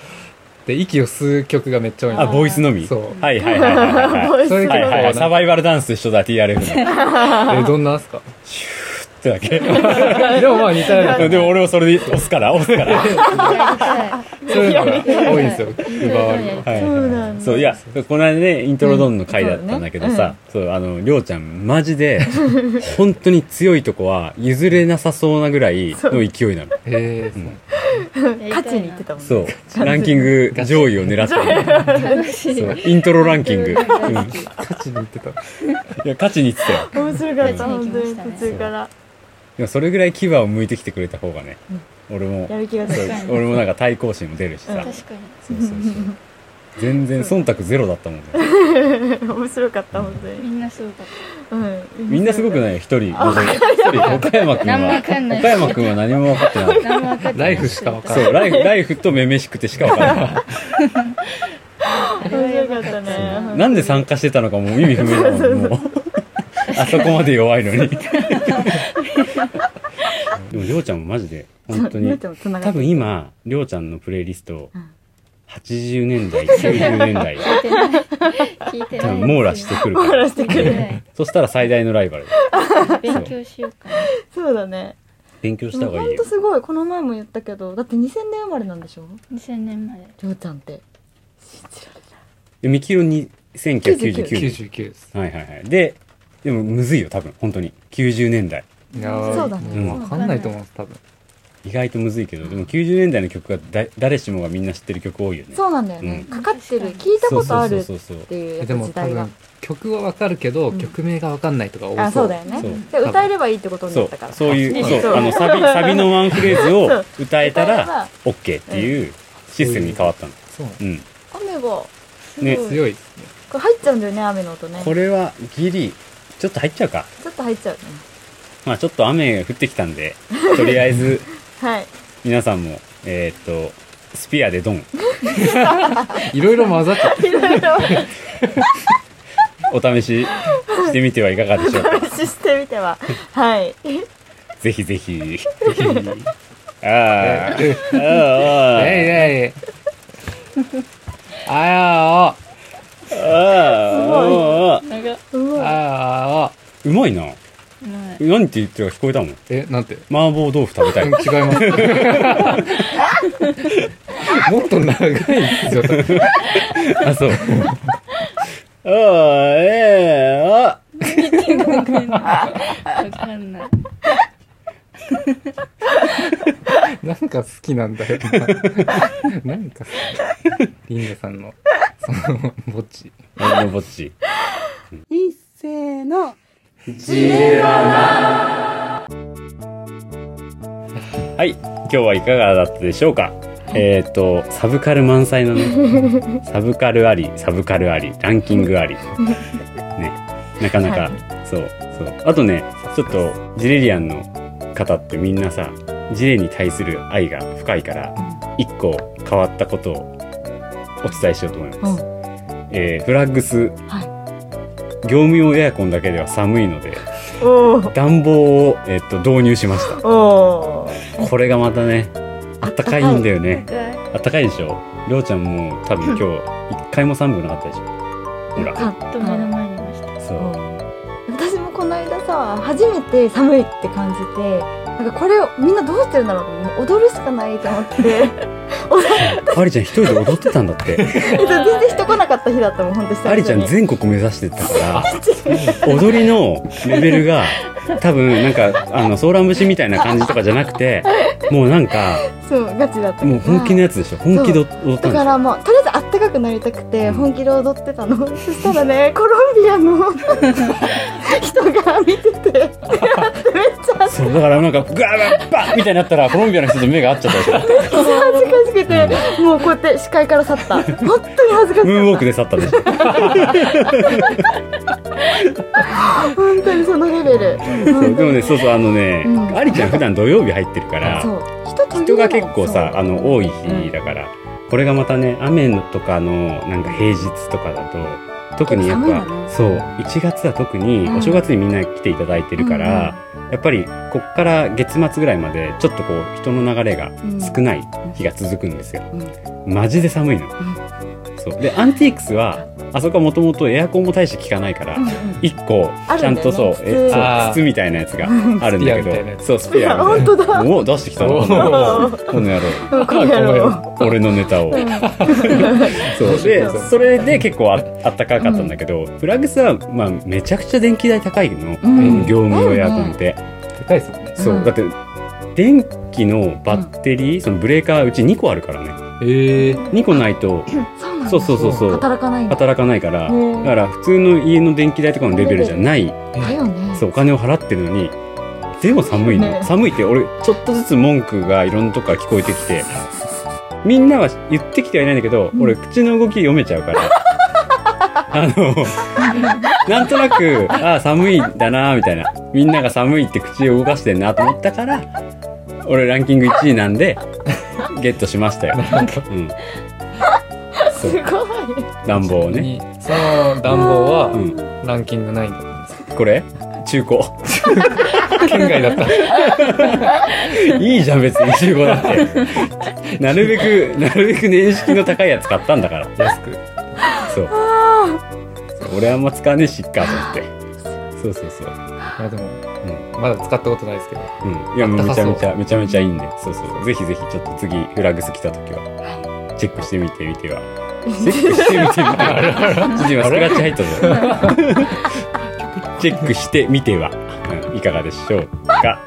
Speaker 1: で息を吸う曲がめっちゃ多いん
Speaker 2: あ
Speaker 1: で
Speaker 2: ボイスのみ
Speaker 1: すよそう
Speaker 2: はいはいはいはいはい
Speaker 6: ボイス
Speaker 1: それ結構
Speaker 2: はいはいは
Speaker 1: なん
Speaker 2: い
Speaker 1: か
Speaker 2: サバイバルダンスと一緒だ TRF のっ
Speaker 1: えどんなっすか
Speaker 2: てだけ
Speaker 1: でもまあ似たような
Speaker 2: でも俺もそれで押すから押すから
Speaker 5: やりたい
Speaker 1: そういうのが多いんですよ奪われる
Speaker 2: はい
Speaker 6: そうなんだ
Speaker 2: そういやこの間ねイントロドンの回だったんだけどさ、そうあのりょうちゃんマジで本当に強いとこは譲れなさそうなぐらいの勢いなの
Speaker 1: え
Speaker 2: う
Speaker 1: ー
Speaker 2: ん
Speaker 5: やり
Speaker 6: 勝
Speaker 5: た
Speaker 6: ち
Speaker 5: い
Speaker 6: に行
Speaker 5: な
Speaker 6: ってたもんね。
Speaker 2: そうランキング上位を狙って
Speaker 5: 楽しい
Speaker 2: る そうイントロランキング、うん、い
Speaker 5: イントロランキング
Speaker 2: や
Speaker 1: 勝ちに行ってた
Speaker 2: 勝ちにいってたよ
Speaker 6: 面白かった、
Speaker 5: 勝ち
Speaker 6: 本
Speaker 5: に
Speaker 6: 当
Speaker 5: 行きま
Speaker 6: に
Speaker 5: したね
Speaker 6: 途中から。
Speaker 2: でもそれぐらい牙を向いてきてくれた方がね、俺も
Speaker 6: やる気が出
Speaker 2: そう
Speaker 6: る。
Speaker 5: かに
Speaker 2: 俺もなんか対抗心も出るしさ、
Speaker 6: うん
Speaker 5: 確かに
Speaker 2: そうそうそう全然忖度ゼロだったもんね
Speaker 6: 面白かった、本当
Speaker 5: み
Speaker 6: に。
Speaker 5: んなすごかっ
Speaker 6: うん。
Speaker 2: みんなすごくない
Speaker 6: い。
Speaker 2: よ一人除いて一人岡山君
Speaker 5: 何もわ
Speaker 2: は
Speaker 5: かんない
Speaker 2: 岡山君は何も分かってない
Speaker 5: た何も分かってない
Speaker 1: ライフしかわかんない
Speaker 2: そう、ライフ、ライフとめめしくてしかわからない。
Speaker 5: あれはやばかったたな
Speaker 6: 面白かっね。本当に
Speaker 2: なんで参加してたのかもう意味不明だもん、もう。あそこまで弱いの に。でも、りょうちゃんもマジで、本当
Speaker 6: りょう
Speaker 2: に
Speaker 6: ちゃん。も繋が
Speaker 2: 多
Speaker 6: ってる
Speaker 2: 分今、りょうちゃんのプレイリスト
Speaker 6: うん、
Speaker 2: 80年代、90年代、
Speaker 5: 聞いてない聞いて
Speaker 2: 多
Speaker 5: ない
Speaker 2: 分網羅してくるか
Speaker 6: 網羅
Speaker 2: ら
Speaker 6: し。てく
Speaker 5: 聞いて
Speaker 6: る。
Speaker 5: ない
Speaker 2: そしたら最大のライバル。
Speaker 5: 勉強しようかな
Speaker 6: そうだね。
Speaker 2: 勉強した方がい
Speaker 6: 本
Speaker 2: いよ
Speaker 6: 当。すごい。この前も言ったけど、だって2000年生まれなんでしょ
Speaker 5: 2000年まで
Speaker 6: りょうちゃんって。
Speaker 2: で、ミキロに1999年。
Speaker 1: 99です
Speaker 2: はいはいはい。で、でもむずいよ、多分、本当に。90年代。
Speaker 1: いやー
Speaker 6: そうだね
Speaker 1: もわかんないと思う多分
Speaker 2: い意外とむずいけどでも90年代の曲はだ誰しもがみんな知ってる曲多いよね
Speaker 6: そうなんだよね、
Speaker 2: う
Speaker 6: かかってる聞いたことあるっ
Speaker 2: そうそうそう
Speaker 6: ていうやっ
Speaker 1: で
Speaker 6: ぱ
Speaker 1: も
Speaker 6: 時
Speaker 1: 多
Speaker 6: 代が
Speaker 1: 分曲はわかるけど、
Speaker 6: うん
Speaker 1: 曲名がわかんないとか多そう
Speaker 6: あそうだよね
Speaker 2: そう
Speaker 6: で歌えればいいってことに
Speaker 2: そ
Speaker 6: な
Speaker 2: う
Speaker 6: ったから
Speaker 2: そういう
Speaker 1: そう
Speaker 2: そうあのサビサビのワンフレーズを歌えたら
Speaker 6: そ
Speaker 2: OK っていうシステムに変わったの
Speaker 1: そう
Speaker 2: うん
Speaker 6: 雨がすごい、
Speaker 2: ね
Speaker 1: 強いですね
Speaker 6: これ入っちゃうんだよね雨の音ね
Speaker 2: これはギリちょっと入っちゃうか
Speaker 6: ちょっと入っちゃうね
Speaker 2: まあちょっと雨降ってきたんでとりあえず
Speaker 6: はい
Speaker 2: 皆さんもえーっとスピアでドン
Speaker 1: いろいろ混ざっちゃって
Speaker 6: いろいろ
Speaker 2: お試ししてみてはいかがでしょうか
Speaker 6: 話してみてははい
Speaker 2: ぜひぜ ひあーあ
Speaker 1: 「えい
Speaker 2: ー
Speaker 1: え い」あや
Speaker 2: あーあー
Speaker 6: う
Speaker 1: おあ
Speaker 6: わ
Speaker 1: やお
Speaker 2: うまいな何って言ってるか聞こえたもん
Speaker 1: えなんて
Speaker 2: 麻婆豆腐食べた
Speaker 1: う
Speaker 2: い
Speaker 1: ん違います。もっと長いですよ。
Speaker 2: あ、そう。おーえー、あ
Speaker 5: わかんない。
Speaker 1: なんか好きなんだよ な。なんか好き。リンダさんの、その、ぼっち。
Speaker 2: あのぼっち。
Speaker 7: いっせーの
Speaker 2: はい。今日はいかがだったでしょうかえっ、と、サブカル満載のね、サブカルあり、サブカルあり、ランキングあり。ね。なかなか、
Speaker 6: は
Speaker 2: そう、そう。あとね、ちょっと、ジレリアンの方ってみんなさ、ジレに対する愛が深いから、一個変わったことをお伝えしようと思います。えーフラッグス、業務用エアコンだけでは寒いので、
Speaker 6: おー
Speaker 2: 暖房を、えっと、導入しました。
Speaker 6: おー
Speaker 2: これがまたねあったかいんだよね
Speaker 5: か
Speaker 2: あったかいでしょりょうちゃんも多分今日一回も寒くなかったでしょほら
Speaker 6: あ
Speaker 5: と目の前にいました。
Speaker 2: そう
Speaker 6: 私もこの間さ初めて寒いって感じてなんかこれをみんなどうしてるんだろうと思ってもう踊るしかないと思 って
Speaker 2: ありちゃん一人で踊ってたんだって
Speaker 6: 全然人来なかった日だったもん本当に
Speaker 2: ありちゃん全国目指してたから踊りのレベルが多分なんかあのソーラン節みたいな感じとかじゃなくてもうなんか
Speaker 6: そうガチだったから
Speaker 2: もう本気のやつでしょ本気で踊った
Speaker 6: だ
Speaker 2: んで
Speaker 6: か
Speaker 2: しょ
Speaker 6: らもうとりあえずあったかくなりたくて本気で踊ってたの、そしたらねコロンビアの 人が見ててめっちゃ恥ず
Speaker 2: そうだからなんかグワーッバッみたいになったらコロンビアの人と目が合っちゃったでしょ
Speaker 6: かしくてもうこうやって視界から去った本当に恥ずかしかった
Speaker 2: ムーンウォークで去ったでしょ
Speaker 6: 本当にそのレベル
Speaker 2: そうでもねそうそうあのね、
Speaker 6: うん
Speaker 2: ありちゃん普段土曜日入ってるから
Speaker 6: そう人途切れない
Speaker 2: 人が結構さ
Speaker 6: そう
Speaker 2: あの多い日だから、これがまたね雨のとかのなんか平日とかだと特にやっ
Speaker 6: 結構
Speaker 2: ぱ、
Speaker 6: 寒いよね
Speaker 2: そう1月は特に
Speaker 6: うん
Speaker 2: お正月にみんな来ていただいてるから、やっぱりこっから月末ぐらいまでちょっとこう人の流れが少ない日が続くんですよ、マジで寒いの、そうでアンティークスはあそこはもともとエアコンも大して効かないから、一個
Speaker 6: あ
Speaker 2: ちゃ
Speaker 6: るん
Speaker 2: ん
Speaker 6: だよね
Speaker 2: とそう
Speaker 6: 筒
Speaker 2: えそう
Speaker 1: あー
Speaker 2: 筒みたいなやつがあるんだけ
Speaker 1: スペアみたいなや
Speaker 2: ど
Speaker 1: つ
Speaker 2: そうスペアみたい
Speaker 6: 本
Speaker 2: な
Speaker 6: 当だ
Speaker 2: おお出してきた
Speaker 1: お
Speaker 2: の
Speaker 1: お
Speaker 2: この野 郎
Speaker 6: この野郎
Speaker 2: 俺のネタをそうで
Speaker 1: そう
Speaker 2: それで結構ああったかかったんだけどフラッグスは、まあ、めちゃくちゃ電気代高いの、
Speaker 6: うん
Speaker 2: 業務用エアコンって、
Speaker 1: でかいですもんね。
Speaker 2: そううんだって電気のバッテリー、そのブレーカーうち2個あるからね
Speaker 1: えー、
Speaker 2: 2個ないと
Speaker 6: そうなんだ
Speaker 2: そうそうそうそう
Speaker 6: 働かないんだ
Speaker 2: 働かないから
Speaker 6: うん
Speaker 2: だから普通の家の電気代とかのレベルじゃない
Speaker 6: だよね
Speaker 2: そうお金を払ってるのにでも寒いの、
Speaker 6: ね
Speaker 2: 寒いって俺ちょっとずつ文句がいろんなとこから聞こえてきてみんなは言ってきてはいないんだけど、俺口の動き読めちゃうから あのなんとなくああ寒いんだなみたいなみんなが寒いって口を動かしてんなと思ったから俺ランキング1位なんでゲットしましたよ、うん、
Speaker 6: すごい
Speaker 2: 暖房をね、
Speaker 1: にその暖房
Speaker 2: う
Speaker 1: は
Speaker 2: ん、
Speaker 1: ランキングないんだったんですか
Speaker 2: これ中古
Speaker 1: 県外だった。
Speaker 2: いいじゃん別に中古だってなるべくなるべく年式の高いやつ買ったんだから安くそうそう俺あんま使わねえしっかと思ってそうそうそう、
Speaker 1: いやでも、まだ使ったことないですけど。
Speaker 2: うん、いやもう
Speaker 1: あっ
Speaker 2: めち
Speaker 1: た
Speaker 2: ゃ
Speaker 1: かそう
Speaker 2: めちゃめちゃめちゃいいんでそうそうぜひぜひちょっと次フラグス来た時はチェックしてみてみてはチェックしてみてみてはちょっと今スクラッチ入ったぞチェックしてみては、うんいかがでしょうか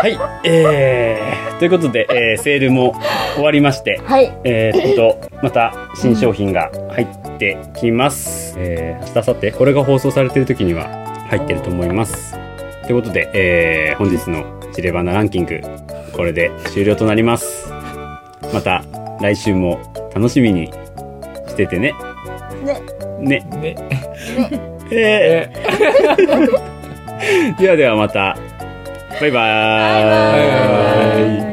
Speaker 2: はい、えー、ということで、えーセールも終わりまして、
Speaker 6: はい
Speaker 2: えーっと、また新商品が入ってきます。えー、明日、明後日、これが放送されてる時には入ってると思います。ということで、えー、本日のジレバナランキング、これで終了となります。また来週も楽しみにしててね。
Speaker 6: ね
Speaker 2: ね。
Speaker 1: ね
Speaker 2: え ー、ではではまた、バイバーイ。
Speaker 1: バイバーイ